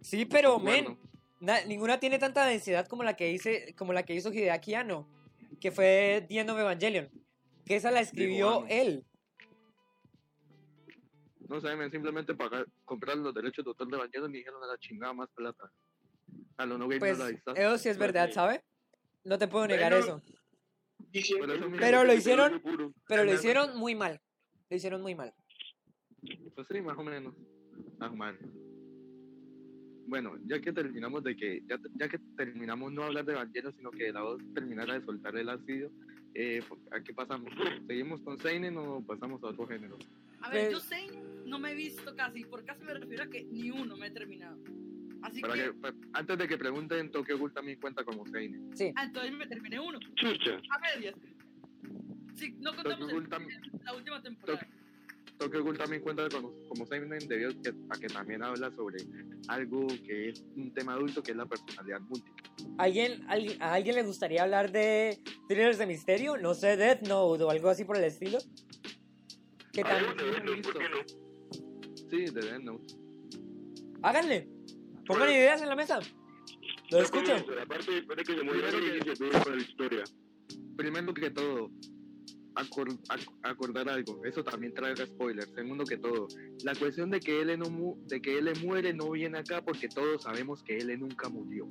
Sí, pero, men, Bueno, Na- ninguna tiene tanta densidad como la que hice, como la que hizo Hideaki Anno, que fue The End of Evangelion, que esa la escribió Anno. él. no saben, simplemente pagar, comprar los derechos de autor de Evangelion y dijeron a la chingada más plata. A lo no game Pues no la distancia. eso sí es verdad, Sí. ¿sabe? No te puedo negar Bueno. eso. Y si- Pero eso mismo- Pero lo hicieron- Puro. Pero lo Bueno. hicieron muy mal. Lo hicieron muy mal. Pues sí, más o menos. Ah, man. Bueno, ya que terminamos de que, ya, ya que terminamos no hablar de Evangelion, sino que la voz terminara de soltar el ácido, eh, ¿a qué pasamos? ¿Seguimos con Seinen o pasamos a otro género? A ver, Pues- yo sé, no me he visto casi, por casi me refiero a que ni uno me he terminado. Así Para que, que, pa- antes de que pregunten, Tokyo Ghoul también cuenta como Seinen. ah, entonces me terminé uno, Chucha. a medias. Si no Tokyo contamos Ghoul, el- tam- la última temporada. Tokyo Ghoul también cuenta como, como Seinen debido a que- a que también habla sobre algo que es un tema adulto, que es la personalidad múltiple. ¿Alguien, alguien- ¿A alguien le gustaría hablar de thrillers de misterio? No sé, Death Note o algo así por el estilo. ¿Qué Ah, tal? bueno. ¿Por qué no? Sí, de Death Note. Háganle. Pongan ideas en la mesa. Lo escucho. Aparte, después de que se muera alguien, se puede para la historia. Primero que todo, acor- ac- acordar algo, eso también trae spoilers. Segundo que todo, la cuestión de que L no mu- de que L muere no viene acá porque todos sabemos que L nunca murió.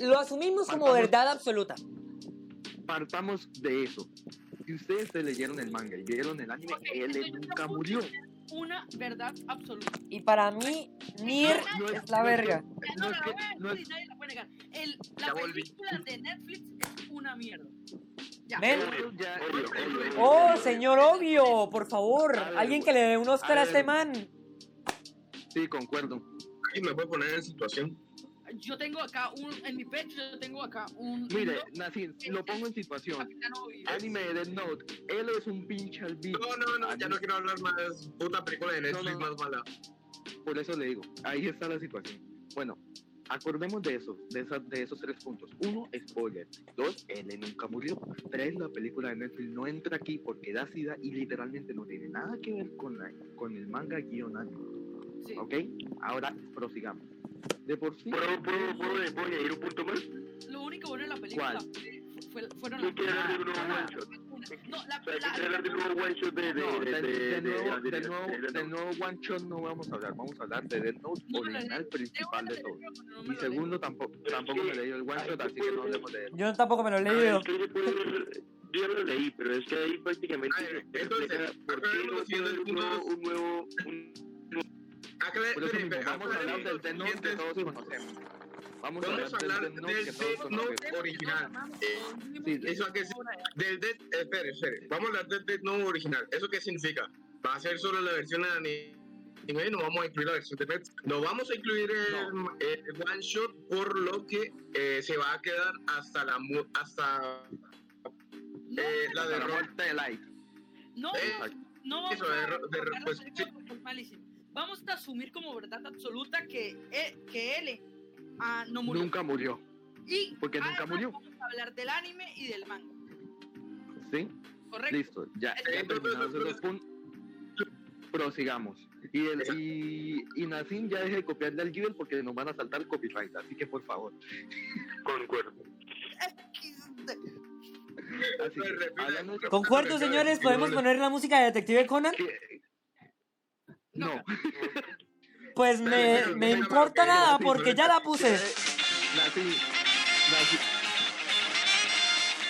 Lo asumimos como Partamos- verdad absoluta. Partamos de eso. Si ustedes se leyeron el manga y vieron el anime, Ok, L entonces yo nunca tampoco- murió. Una verdad absoluta. Y para mí, Nier No es- es la verga. Ya No no, es la que- voy a no decir es- y nadie la puede negar. El, Ya la volví. película de Netflix es una mierda. Ya. Men. Eso ya- Obvio, obvio, Oh, obvio. señor obvio, por favor, A ver, alguien que le dé un Oscar a, a este ver. man. Sí, concuerdo. ¿Alguien me puede poner en situación? Yo tengo acá un, en mi pecho yo tengo acá un... Mire, un Nacin, lo pongo en situación. Capitán Obvio. Anime de Death Note, L es un pinche albino. No, no, no, ya no quiero hablar más. Puta película de Netflix No, no. más mala. Por eso le digo, ahí está la situación. Bueno, acordemos de eso, de, esa- de esos tres puntos. Uno, spoiler. Dos, L nunca murió. Tres, la película de Netflix no entra aquí porque da sida y literalmente no tiene nada que ver con, la- con el manga guion anime, Sí. ¿Ok? Ahora prosigamos. De por sí, ¿Puedo, puedo, puedo, puedo añadir un punto más? Lo único bueno de la película ¿Cuál? fue- fue- fueron Yo las... Ah, quiero hablar de un nuevo one shot. No, la, O sea, la- quiero hablar de un nuevo one shot de... de- no, de- de, de de- nuevo, de- de nuevo, de- de nuevo One Shot no vamos a hablar, vamos a hablar de Death Note No me lo original leí. tengo principal ganas de de todo. leerlo, pero no me Y lo leí. segundo, tampoco, tampoco me leí el One Shot, así que no hablemos de él. Yo tampoco me lo he A ver, leído. es que se puede ver- Yo ya me lo leí, pero es que ahí prácticamente... A ver, se entonces, refleja ¿Por qué no acabemos puede haber haciendo un nuevo... Un puntos. nuevo un- Acá Por eso mismo, vamos a hablar del Death Note que Entonces, todos conocemos. Vamos a Vamos a hablar hablar del Death Note del que todos Death conocemos. Note original. Eh, Sí, eso que es- Del Death, espere, espere. Vamos a hablar del Death Note original. ¿Eso qué significa? Va a ser solo la versión de anime. No vamos a incluir la versión de Netflix. No vamos a incluir el, el one shot por lo que eh, se va a quedar hasta la mu- hasta No, eh, la Hasta la derrota. muerte de Light. no, eh, no vamos eso, a de ro- de ro- tocar la pues, película porque es malísimo. Vamos a asumir como verdad absoluta que, eh, que L ah, no murió. Nunca murió, y porque Ah, nunca además murió. Vamos a hablar del anime y del manga, ¿Sí? ¿correcto? Listo, ya, ya Eh, Entonces, terminados esos puntos. prosigamos. Y, el, y, y Nassim ya deje de copiarle al Gibel porque nos van a saltar copyright, así que por favor. Concuerdo. Así, hablando de- Concuerdo, señores, podemos poner la música de Detective Conan. que- No, Pues me, me importa nada porque ya la puse. Nassim, Nassim.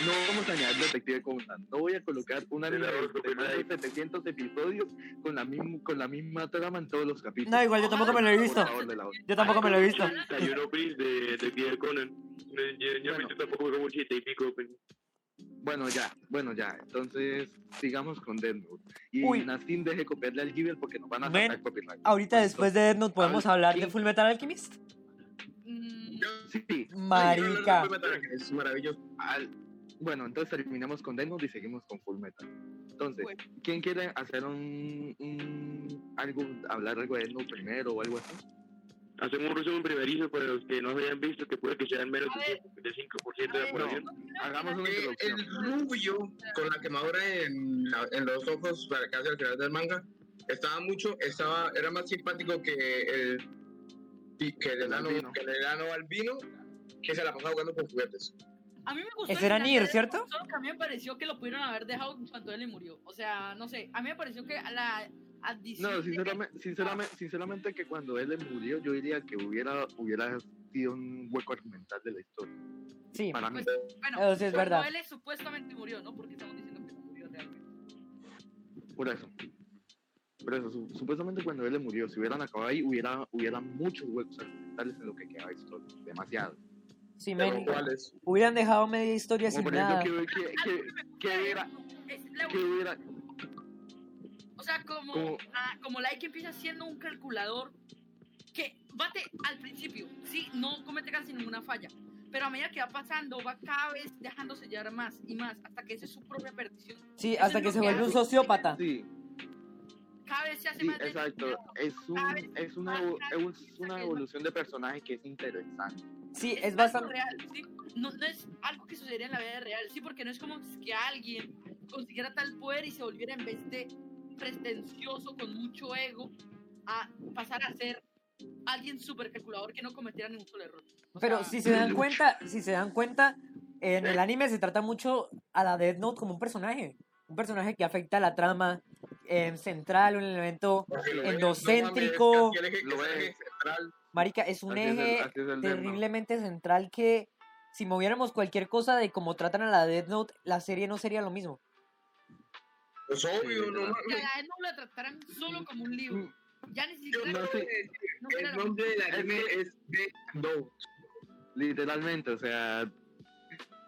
No vamos a añadir Detective Conan. No voy a colocar un anime de más de 700 episodios con la, misma con la misma trama en todos los capítulos. No, igual yo tampoco me lo he visto. Por favor, de la otra. Yo tampoco me lo he visto. Hay un opening de, de Peter Conan. Yo, yo, yo Bueno. tampoco fue como un siete y pico pues, opening. Bueno, ya, bueno, ya. Entonces, sigamos con Death Note. Y Uy. Nassim deje copiarle al Gibel porque nos van a Men, saltar copyright. Ahorita después de Death Note podemos hablar de Full Metal Alchemist. Mm, Sí, Marica. Es maravilloso. al- Bueno, entonces terminamos con Death Note y seguimos con Full Metal. Entonces, Bueno. ¿quién quiere hacer un, un- algo, hablar algo de Death Note primero o algo así? Hacemos un resumen primerizo para los que no se hayan visto, que puede que sean menos A ver. de 5% a de ver, aprobación. no creo que Hagamos la- una Eh, introducción. el rubio con la quemadura en, la- en los ojos para casi al final del manga estaba mucho, estaba, era más simpático que el que el El enano, albino. que el enano albino que se la pasaba jugando con juguetes. A mí me gustó. Ese era el final Nier, de ¿cierto? Death Note, Solo que a mí me pareció que lo pudieron haber dejado cuando él le murió. O sea, no sé. A mí me pareció que a la adición. No, sinceramente, sinceramente, sinceramente que cuando él murió, yo diría que hubiera, hubiera sido un hueco argumental de la historia. Sí. Para mí. Bueno, Eso sí es cuando verdad. él supuestamente murió, ¿no? Porque estamos diciendo que no murió realmente. Por eso. Por eso, su- supuestamente cuando él le murió, si hubieran acabado ahí, hubiera, hubiera muchos huecos argumentales en lo que quedaba de historia. Demasiado. Sí, de men. los cuales Hubieran dejado media historia Como sin por ejemplo, nada. que, que, que, que hubiera, Es la- que hubiera- o sea, como, como- ah, como Like empieza siendo un calculador que bate al principio, sí, no comete casi ninguna falla. Pero a medida que va pasando, va cada vez dejándose llevar más y más, hasta que ese es su propia perdición. Sí, hasta que se vuelve un sociópata. Sí, Cada vez se hace sí, más exacto. desesperado. Es, un, es, una, evo- es una evolución de personaje que es interesante. Sí, es algo bastante. real, ¿sí? no, no es algo que sucedería en la vida real, sí, porque no es como que alguien consiguiera tal poder y se volviera en vez de pretencioso con mucho ego a pasar a ser alguien super calculador que no cometiera ningún solo error. O Pero sea, si se dan cuenta, si se dan cuenta, en el anime se trata mucho a la Death Note como un personaje. Un personaje que afecta a la trama em, central, un elemento. porque lo ves, Endocéntrico. no mames, que el eje- que Lo es el es. eje central. Marica, es un Así es el- eje así es el Death Note. terriblemente central que si moviéramos cualquier cosa de cómo tratan a la Death Note, la serie no sería lo mismo. Pues obvio, no Ah, que a mames. la vez no lo trataran solo como un libro. Ya ni siquiera Mm. no sé. no era El lo nombre del anime es de No. Literalmente, o sea.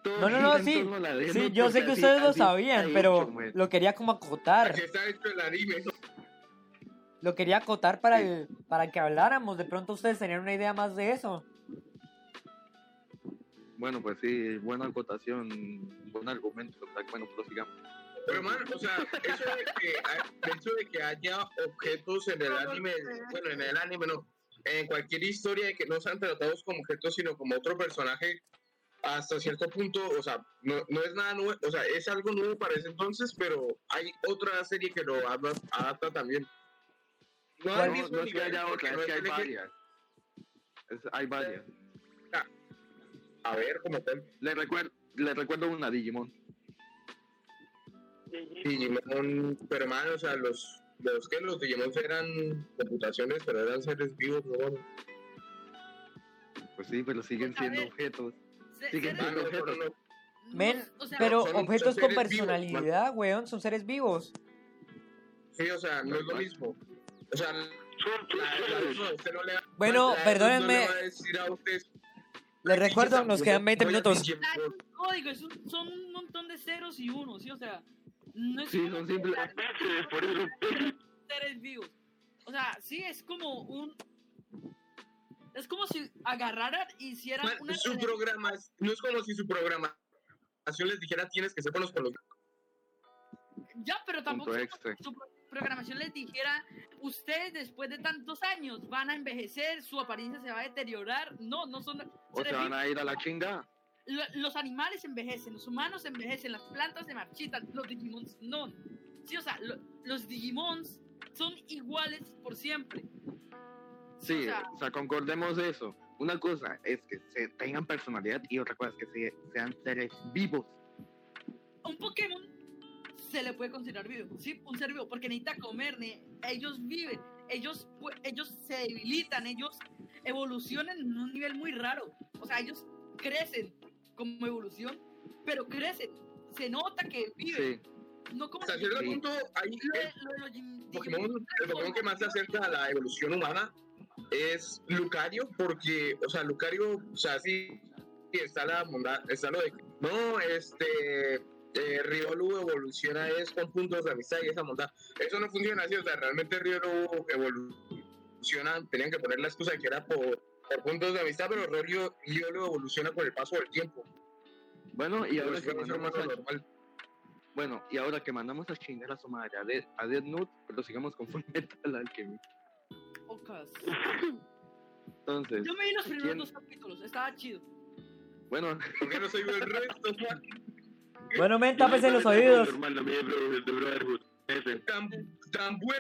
todo No, no, gira no, en sí. torno a la Death Sí, Note, yo sé porque que así- ustedes lo así está sabían, hecho, pero güey. lo quería como acotar. Que está hecho el anime. Lo quería acotar para, el, para que habláramos. De pronto ustedes tenían una idea más de eso. Bueno, pues sí, buena acotación, buen argumento. tal, Bueno, prosigamos. Pero, man, o sea, eso de que, hay- el hecho de que haya objetos en el anime, bueno, en el anime no, en cualquier historia de que no sean tratados como objetos, sino como otro personaje, hasta cierto punto, o sea, no, no es nada nuevo, o sea, es algo nuevo para ese entonces, pero hay otra serie que lo adap- adapta también. No, No, al no, mismo es que nivel, haya porque otra, no es que hay tiene que- varias. Es- hay varias. A ver, como tal, Le recuerdo, le recuerdo una Digimon. Digimon, pero, man, o sea, los, los que los Digimon eran computaciones, pero eran seres vivos, no, Pues sí, pero siguen Pues, a siendo ver. objetos. se- Sí, que ser- no, Ah, no, pero no, no, Men, o sea, Pero son- son objetos con seres vivos, man. personalidad, weón, son seres vivos. Sí, o sea, no es lo mismo. O sea, la- Son la- tus no, usted no le va- Bueno, la- la- perdónenme. no le va a decir a usted, Les recuerdo, nos quedan 20 "Oye, minutos. pinche Claro. gordo". código, es un- son un montón de ceros y unos, ¿sí? O sea, no es Sí, como son simples. peces, por eso son peces. seres vivos. O sea, sí es como un. Es como si agarraran y hicieran Man, una. Su tele- programa, es- no es como si su programación les dijera tienes que ser buenos con los Ya, pero tampoco Punto es como extra. si su pro- programación les dijera: Ustedes después de tantos años van a envejecer, su apariencia se va a deteriorar. No, no son. O se seres van a ir a la chinga. Lo- los animales envejecen, los humanos envejecen, las plantas se marchitan, los Digimons no. Sí, o sea, lo- los Digimons son iguales por siempre. Sí, O sea- o sea, concordemos eso. Una cosa es que se tengan personalidad y otra cosa es que se- sean seres vivos. A un Pokémon se le puede considerar vivo, ¿sí? Un ser vivo, porque necesita comer, ne- ellos viven, ellos, pu- ellos se debilitan, ellos evolucionan en un nivel muy raro. O sea, ellos crecen como evolución, pero crecen, se nota que viven, Sí, no como... Hasta cierto Sí. punto, ahí Lo de- el lo de los Jim- Pokémon, el Pokémon Digimon- que más se acerca a la evolución humana es Lucario, porque, o sea, Lucario, o sea, sí, sí está la bondad, está lo de. No, este. eh, Riolu evoluciona es con puntos de amistad y esa bondad. Eso no funciona así, o sea, realmente Riolu evoluciona, tenían que poner la excusa de que era por, por puntos de amistad, pero Riolu, Riolu evoluciona con el paso del tiempo. bueno, y ahora, Pues, que fue algo mandamos más a, normal. bueno, y ahora que mandamos a chingar a su madre a Dead, a Death Note, pero sigamos con Full Metal Alchemist. Ocas. Entonces, Yo me vi los primeros ¿Quién? dos capítulos, estaba chido. bueno, ¿Por qué no soy yo el resto? man? Bueno, men, tápese los oídos. Normal, la media de Bro- de Brotherhood. Ese. Tan, tan buen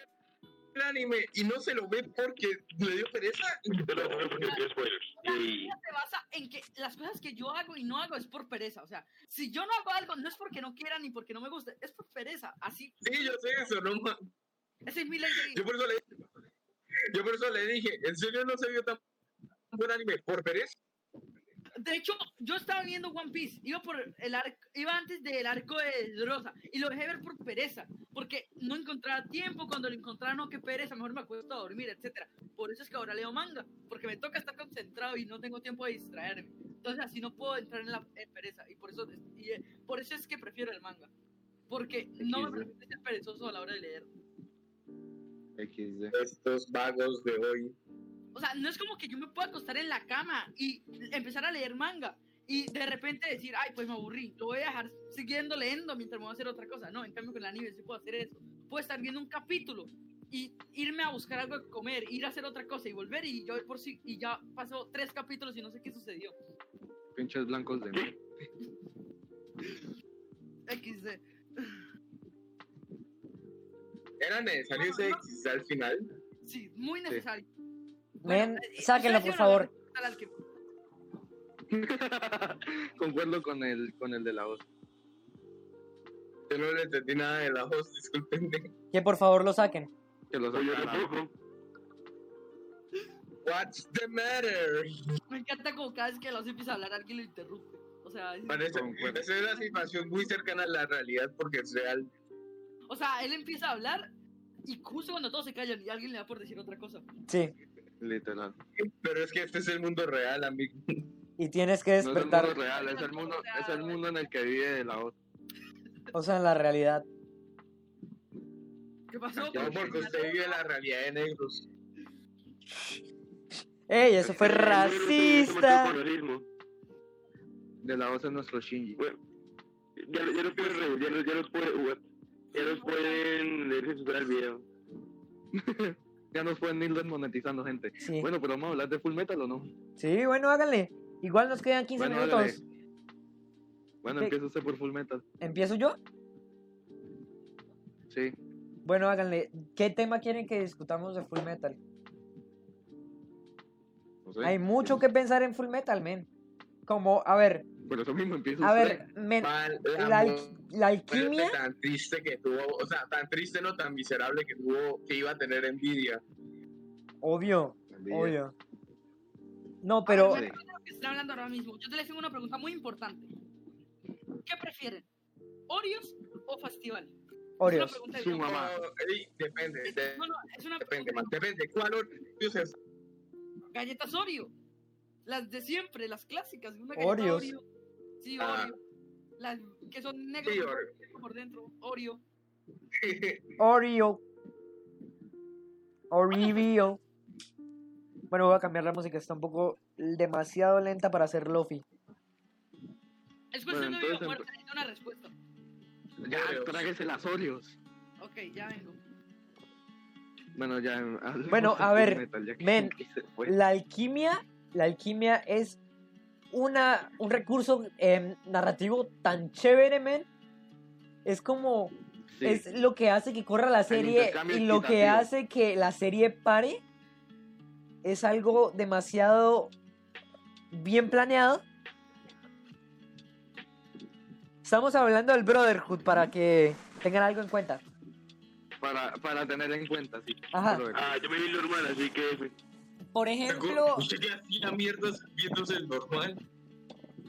anime y no se lo ve porque le dio pereza. Yo lo veo porque tiene spoilers. La Y- vida se basa en que las cosas que yo hago y no hago es por pereza. O sea, si yo no hago algo, no es porque no quiera ni porque no me guste, es por pereza. Así, Sí, yo sé eso, no ma- esa es mi ley de Yo vida. por eso le yo por eso le dije, en serio no se vio tan buen anime por pereza. De hecho, yo estaba viendo One Piece, iba por el arco, iba antes del arco de Rosa y lo dejé ver por pereza, porque no encontraba tiempo cuando lo encontraba, no, qué pereza, mejor me acuesto a dormir, etcétera. Por eso es que ahora leo manga, porque me toca estar concentrado y no tengo tiempo de distraerme. Entonces así no puedo entrar en la en pereza y por eso y, eh, por eso es que prefiero el manga. Porque no XD. me permite ser perezoso a la hora de leer. XD. Estos vagos de hoy. O sea, no es como que yo me pueda acostar en la cama y empezar a leer manga y de repente decir, ay, pues me aburrí, lo voy a dejar siguiendo leyendo mientras me voy a hacer otra cosa. No, en cambio con el anime sí puedo hacer eso. Puedo estar viendo un capítulo y irme a buscar algo de comer, ir a hacer otra cosa y volver y yo por si y ya pasó tres capítulos y no sé qué sucedió. Pinches blancos de mí. XD. Era necesario ese X al final. Sí, muy necesario. Men, eh, sáquenlo, ustedes por iban a favor. hablar tal al que- Concuerdo con el, con el de la voz. Yo no le entendí nada de la voz, discúlpenme. Que por favor lo saquen. Que los Oye, aclaramos. tampoco. What's the matter? Me encanta como cada vez que lo hace empieza a hablar alguien lo interrumpe. O sea, es- Parece, Concuerdo. esa es una situación muy cercana a la realidad porque es real. O sea, él empieza a hablar y justo cuando todos se callan y alguien le da por decir otra cosa. Sí. Literal. Pero es que este es el mundo real, amigo. Y tienes que No es el mundo despertar, real, es el mundo, es el mundo en el que vive la voz. o sea, en la realidad. ¿Qué pasó? No, porque usted vive la realidad de negros. ¡Ey, eso fue racista! Bueno, eso es racismo. De la voz es nuestro Shinji. Ya, ya los pueden re- ya, los- ya los puede jugar. Ya los pueden leer sin superar el video. Ya nos pueden ir desmonetizando, gente. Sí. Bueno, pero vamos a hablar de Full Metal o no. Sí, bueno, háganle. Igual nos quedan 15 Bueno, minutos. hágale. Bueno, Sí. empieza usted por Full Metal. ¿Empiezo yo? Sí. Bueno, háganle. ¿Qué tema quieren que discutamos de Full Metal? No sé. Hay mucho que pensar en Full Metal, men. Como, a ver, Por eso mismo empieza a usted. ver, men, Mal, la, la al- la alquimia, Imagínate Pues, este, tan triste que tuvo, o sea, tan triste no tan miserable que tuvo, que iba a tener envidia. obvio, Envidia. obvio. No, pero, Sí. que están hablando ahora mismo. Yo te les tengo una pregunta muy importante. ¿Qué prefieren? ¿Oreos o festival? Es una Oreos. pregunta de Su yo. mamá. No, ey, depende, de- No, no, es una depende, pregunta. man, depende. ¿Cuál otro? Entonces, Galletas Oreo. Las de siempre, las clásicas. Una galleta Oreos. Oreo. Sí, Ah. Oreo. Las que son negras Sí, Oreo. por dentro. Oreo. Oreo. Oreo. Bueno, voy a cambiar la música, está un poco demasiado lenta para hacer Lofi. Es cuestión Bueno, de vida o entonces, muerte. Necesito una respuesta. Ya, tráguese las Oreos. Ok, ya vengo. Bueno, ya. hablemos Bueno, de a Full ver, Metal, ya que- men, que se fue. La alquimia, la alquimia es una, un recurso em, narrativo tan chévere, men. Es como, Sí. es lo que hace que corra la serie intercambio y lo que equitativo. hace que la serie pare es algo demasiado bien planeado. Estamos hablando del Brotherhood para que tengan algo en cuenta. Para, para tener en cuenta, sí. Ajá. Pero, Ah, yo me vi normal, así que F. Por ejemplo, Usted ya hacía mierdas viéndose el normal.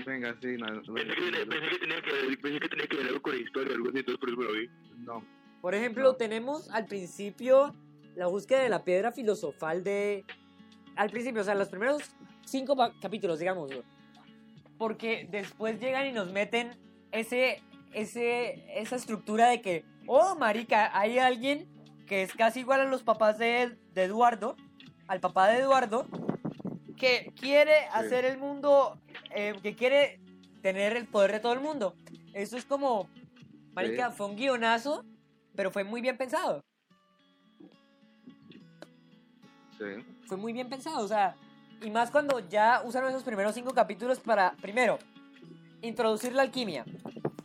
venga, sí, no, Pensé que, tenía- pensé que tenía que ver, pensé que tenía que ver algo con la historia o algo así, entonces por eso me lo vi. no. por ejemplo, tenemos al principio la búsqueda de la piedra filosofal de... Al principio, o sea, los primeros cinco pa- capítulos, digamos. güey. Porque después llegan y nos meten ese, ese, esa estructura de que, oh, marica, hay alguien que es casi igual a los papás de, de Eduardo, al papá de Eduardo, que quiere hacer el mundo, eh, que quiere tener el poder de todo el mundo. Eso es como, marica, fue un guionazo, pero fue muy bien pensado. Sí. fue muy bien pensado, o sea, y más cuando ya usaron esos primeros cinco capítulos para, primero, introducir la alquimia,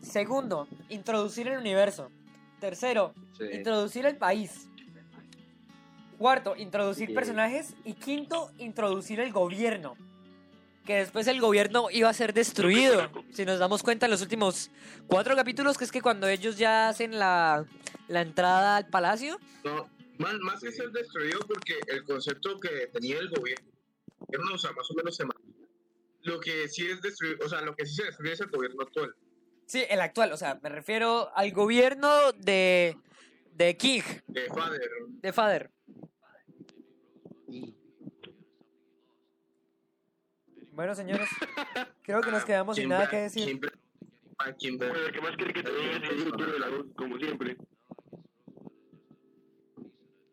segundo, introducir el universo, tercero, Sí. introducir el país, cuarto, introducir Sí. personajes y quinto, introducir el gobierno, que después el gobierno iba a ser destruido, si nos damos cuenta en los últimos cuatro capítulos, que es que cuando ellos ya hacen la, la entrada al palacio, No, más, más que ser destruido porque el concepto que tenía el gobierno, o sea, más o menos se mantuvo. Lo que sí es destruir, o sea, lo que sí se destruye es el gobierno actual. Sí, el actual, o sea, me refiero al gobierno de, de King, De Fader, de Father. Bueno, señores, creo que nos quedamos sin nada que decir. Kimber- a Kimber- Bueno, ¿qué más quiere que te diga? Es el futuro de la voz, como siempre.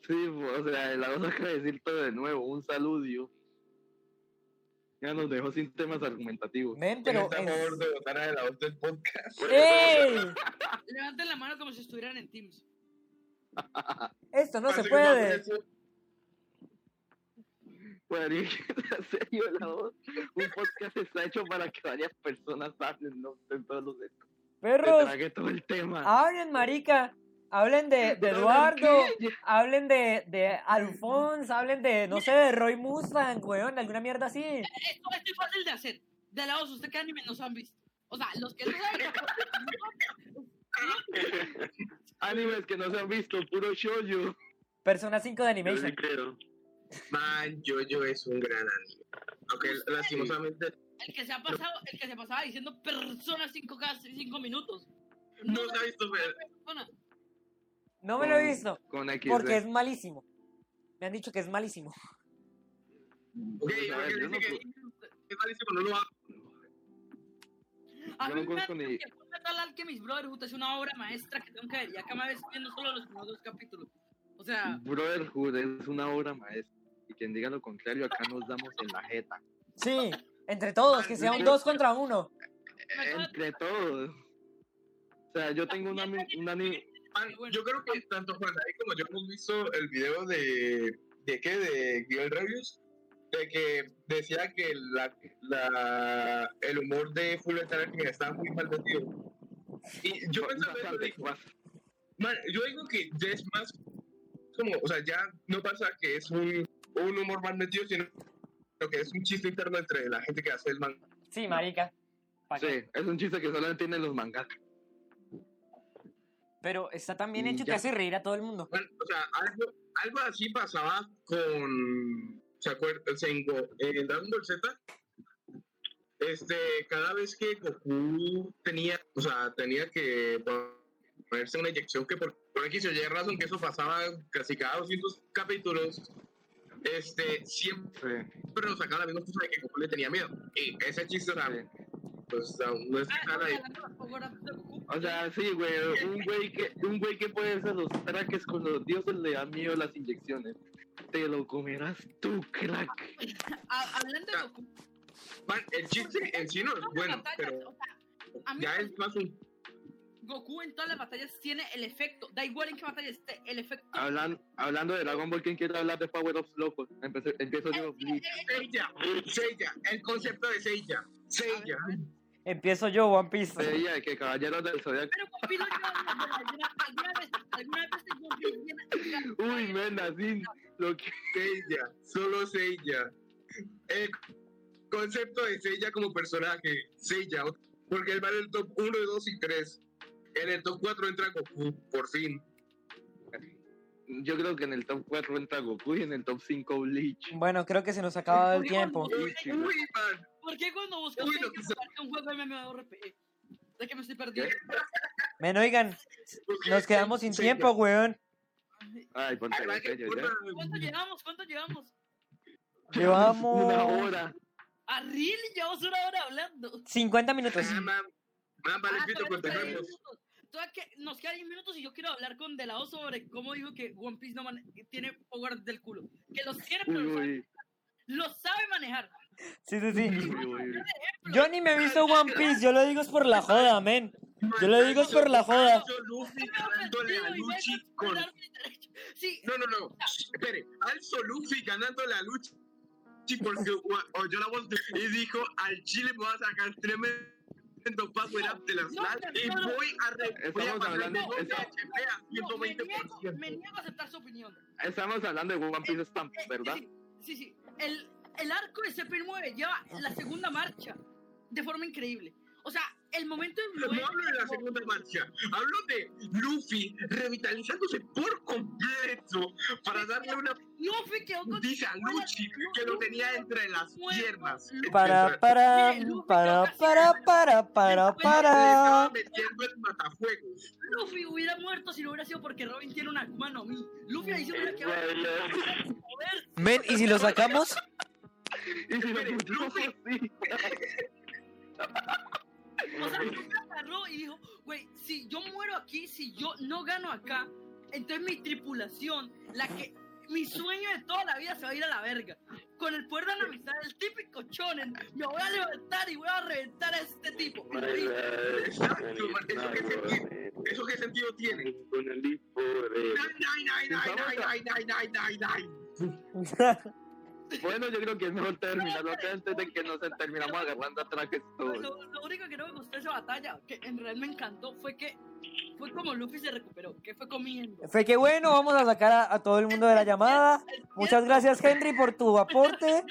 Sí, o sea, la cosa es que decir todo de nuevo, un saludio. Ya nos dejó sin temas argumentativos. Men, ¿Quién pero... está a en- favor de votar a la voz del podcast? ¡Ey! Levanten la mano como si estuvieran en Teams. Esto no se Así que más puede. eso, Podría en serio la voz. Un podcast está hecho para que varias personas hablen, no en todos los se Perros, trague todo el tema. hablen, marica. Hablen de, de Eduardo, hablen de, de Alphonse, hablen de, no sé, de Roy Mustang, weón, de alguna mierda así. Esto, esto "Este es fácil de hacer. De la voz, usted qué anime nos han visto. O sea, los que no saben. Animes que no se han visto, puro shoujo. Persona 5 de Yo sí Animation. creo. Man, Jojo es un gran anime. Aunque lastimosamente El que se ha pasado, el que se pasaba diciendo personas 5 cada 5 minutos. no se ha visto, pero persona. No me lo he visto, Con X. eh. porque es malísimo. Me han dicho que es malísimo. Ok, porque dice que- es malísimo, no lo hago. A Yo no mí me conozco hace ni- que fue Metal Alchemist Brotherhood es una obra maestra que tengo que ver. Y acá me ves viendo solo los primeros dos capítulos. O sea, Brotherhood es una obra maestra. Y quien diga lo contrario, acá nos damos en la jeta. Sí, entre todos, que sea un 2 contra 1. me acabo de- Entre todos. O sea, yo tengo un, ami- un anime. Man, yo creo que tanto Juan David como yo hemos visto el video de. ¿De qué? De Girl Reviews. De que decía que la, la, el humor de Full Metal Alchemist estaba muy mal metido. Y yo pensando eso, Bastante, digo, man, yo digo que ya es más como, o sea, ya no pasa que es un, un humor mal metido, sino que es un chiste interno entre la gente que hace el manga. Sí, marica. ¿Pa' qué? Sí, es un chiste que solamente tienen los mangas. Pero está tan bien Y hecho que ya. hace reír a todo el mundo. Bueno, o sea, algo, algo así pasaba con. ¿Se acuerdan? Se en, Go- en Dragon Ball Z. Este, cada vez que Goku tenía, o sea, tenía que ponerse una inyección que por, por X o Y razón que eso pasaba casi cada 200 capítulos, este, siempre Sí, nos sacaba la misma cosa de que Goku le tenía miedo. Y ese chiste, o sea, sí. pues, o sea, no es que Ah, cara no, de- hablando de Power Up de Goku. O sea, sí, güey. Un güey que, un güey que puede hacer los traques con los dioses le da miedo las inyecciones. Te lo comerás tú, crack. Ha- Hablando de Goku, Man, el chiste en sí no es todas las bueno, batallas, pero o sea, a mí ya me es más un Goku en todas las batallas tiene el efecto. Da igual en qué batalla esté, el efecto. Hablan, hablando de Dragon Ball, ¿quién quiere hablar de Power Ups locos? Empecé- empiezo yo. Bleach. Seiya, Seiya, el concepto de Seiya, Seiya. Empiezo yo, One Piece. Veía que Caballeros del Zodiaco. Pero One Piece lo lleva alguna, alguna, alguna vez, alguna vez te confundí. Uy, men, así lo que. Seiya, solo Seiya. El concepto de Seiya como personaje, Seiya, porque él va en el top 1, 2 y 3. En el top 4 entra Goku, por fin. Yo creo que en el top 4 entra Goku y en el top 5 Bleach. Bueno, creo que se nos ha acabado el Porque cuando tiempo. busco Uy, Seiya- Uy, man, ¿Por qué cuando buscas Uy, Seiya lo me que sa- aparece un juego MMORPG? ¿De qué me estoy perdiendo? Men, oigan, porque nos quedamos sin Seiya. tiempo, weón. Ay, ponte Ay, man, en qué serio, ya. puta. ¿Cuánto llevamos? ¿Cuánto llevamos? Una Llevamos hora. A Really llevamos una hora hablando. 50 minutos. Ah, man, man, vale, Pues Ah, pito, todavía nos queda diez continuemos. minutos. Todavía que- Nos quedan 10 minutos y yo quiero hablar con Delao sobre cómo dijo que One Piece no mane- tiene power del culo. Que los tiene, pero Uy, lo sabe, uy. lo sabe manejar. Sí, sí, sí. Uy, uy. Yo ni me he visto One Piece, yo lo digo es por la joda, men. Yo lo digo es por la joda. Alzo Luffy Me ha ganándole a ofendido y me ha Luchi hecho con... acordar mi derecho. Sí, No, no, no. Shh, Espere, Alzo Luffy ganándole a Luchi porque o- oyó la voz de- y dijo, al Chile me va a sacar tremendo power up de las No, LAN y no, no. voy a re- voy a Estamos bajar hablando- mi estamos- PHP a no, me, 120%. niego, me niego a aceptar su opinión. Estamos hablando de One Piece Stamp, Eh, ¿verdad? Sí, sí. sí. El, el arco de Zeppelin 9 lleva la segunda marcha de forma increíble. O sea, el momento en No hablo de la segunda marcha, hablo de Luffy revitalizándose por completo para darle una Luffy quedó con putiza a Luchi que lo tenía entre las piernas. Para, para, para, para, para, para, Le estaba para. metiendo el matafuegos. Luffy hubiera muerto si no hubiera sido porque Robin tiene una Akuma no Mi. Luffy ahí se hubiera quedado Eh, sin poder. Men, ¿y si lo sacamos? Y si lo pusimos así. O sea, Luffy agarró y dijo, güey, si yo muero aquí, si yo no gano acá, entonces mi tripulación, la que mi sueño de toda la vida se va a ir a la verga. Con el poder de la amistad del típico Chonen, me voy a levantar y voy a reventar a este tipo. Y- Exacto, man, eso que sentí- ¿Eso qué sentido tiene? Con el lead forever. Nine, nine, nine, nine, nine, nine, nine, nine. Bueno, yo creo que es mejor terminarlo acá antes de que nos terminamos agarrando a trajes todos. Pues Lo, lo único que no me gustó de esa batalla, que en realidad me encantó, fue que fue como Luffy se recuperó, que fue comiendo. Fue que bueno, vamos a sacar a, a todo el mundo de la llamada. Muchas gracias, Henry, por tu aporte.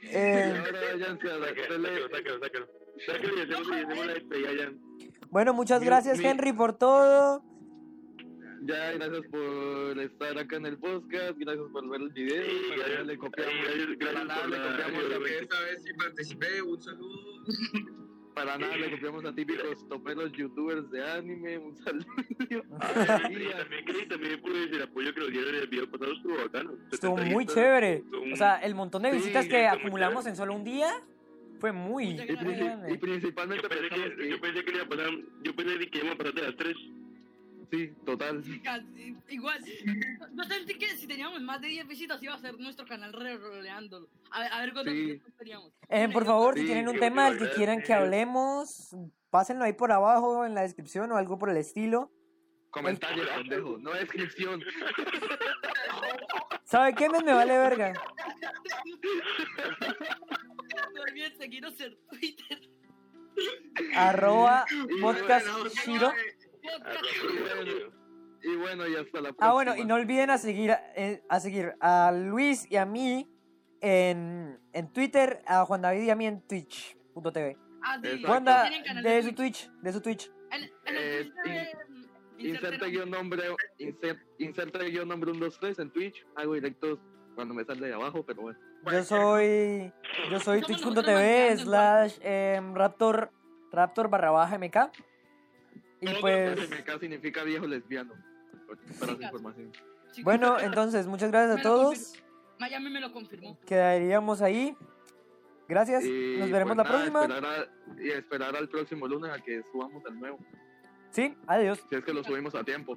Y Eh, ahora váyanse a la Sácalo, tele. sácalo, sácalo. Sácalo y hacemos, y hacemos la despedida ya. bueno, muchas Mi- gracias, mi- Henry, por todo. Ya, gracias por estar acá en el podcast, gracias por ver el video, Sí, para gracias. le copiamos, Sí, gracias, para gracias nada por le la- copiamos por a la- Porque esta vez sí participé, un saludo. para nada le copiamos a típicos toperos youtubers de anime, un saludo. Ah, y también, que- también pues, el apoyo que nos dieron en el video pasado estuvo bacano. Estuvo 70 muy vistas, chévere. estuvo O sea, el montón de Sí, visitas que está muy acumulamos chévere. en solo un día fue muy eh. Muchas Y, gracias. princi- y grande. principalmente Yo pensé, pensamos que, yo que, pensé que le iba a pasar, yo pensé que íbamos a pasar de las tres. sí, total, Casi- Igual, yo sentí que si teníamos más de 10 visitas iba a ser nuestro canal reroleándolo. A ver, a ver cuántos Sí. visitas teníamos. Eh, por favor, si Sí, tienen un yo tema creo del que que- quieran que hablemos, pásenlo ahí por abajo en la descripción o algo por el estilo. comentario Pues, pendejo, no descripción, ¿Sabe qué? men? Me vale verga. No olviden seguirnos en Twitter. Arroba podcast Bueno, no, Shiro. podcast. y bueno, y hasta la próxima. Ah, bueno, y no olviden a seguir eh, a, seguir a Luis y a mí en, en Twitter, a Juan David y a mí en Twitch.tv. Ah, sí, Exacto. Wanda, tienen canal de su Twitch. Twitch, de su Twitch. En, en el Eh, Twitch de- Inserta inserte- guión nombre, inser- inserta guión nombre 123 en Twitch, hago directos cuando me sale de abajo, pero bueno. Yo soy, yo soy Somos nosotros twitch.tv manejando, slash em, raptor, raptor barra baja mk. Y pues, MK significa viejo lesbiano, para su información. Sí, bueno, me lo- entonces, muchas gracias a me lo todos. Miami me lo confirmó. Quedaríamos ahí. Gracias, Y, nos veremos pues, la nada, próxima. esperar a- y esperar al próximo lunes a que subamos el nuevo. Sí, adiós. Si es que lo subimos a tiempo.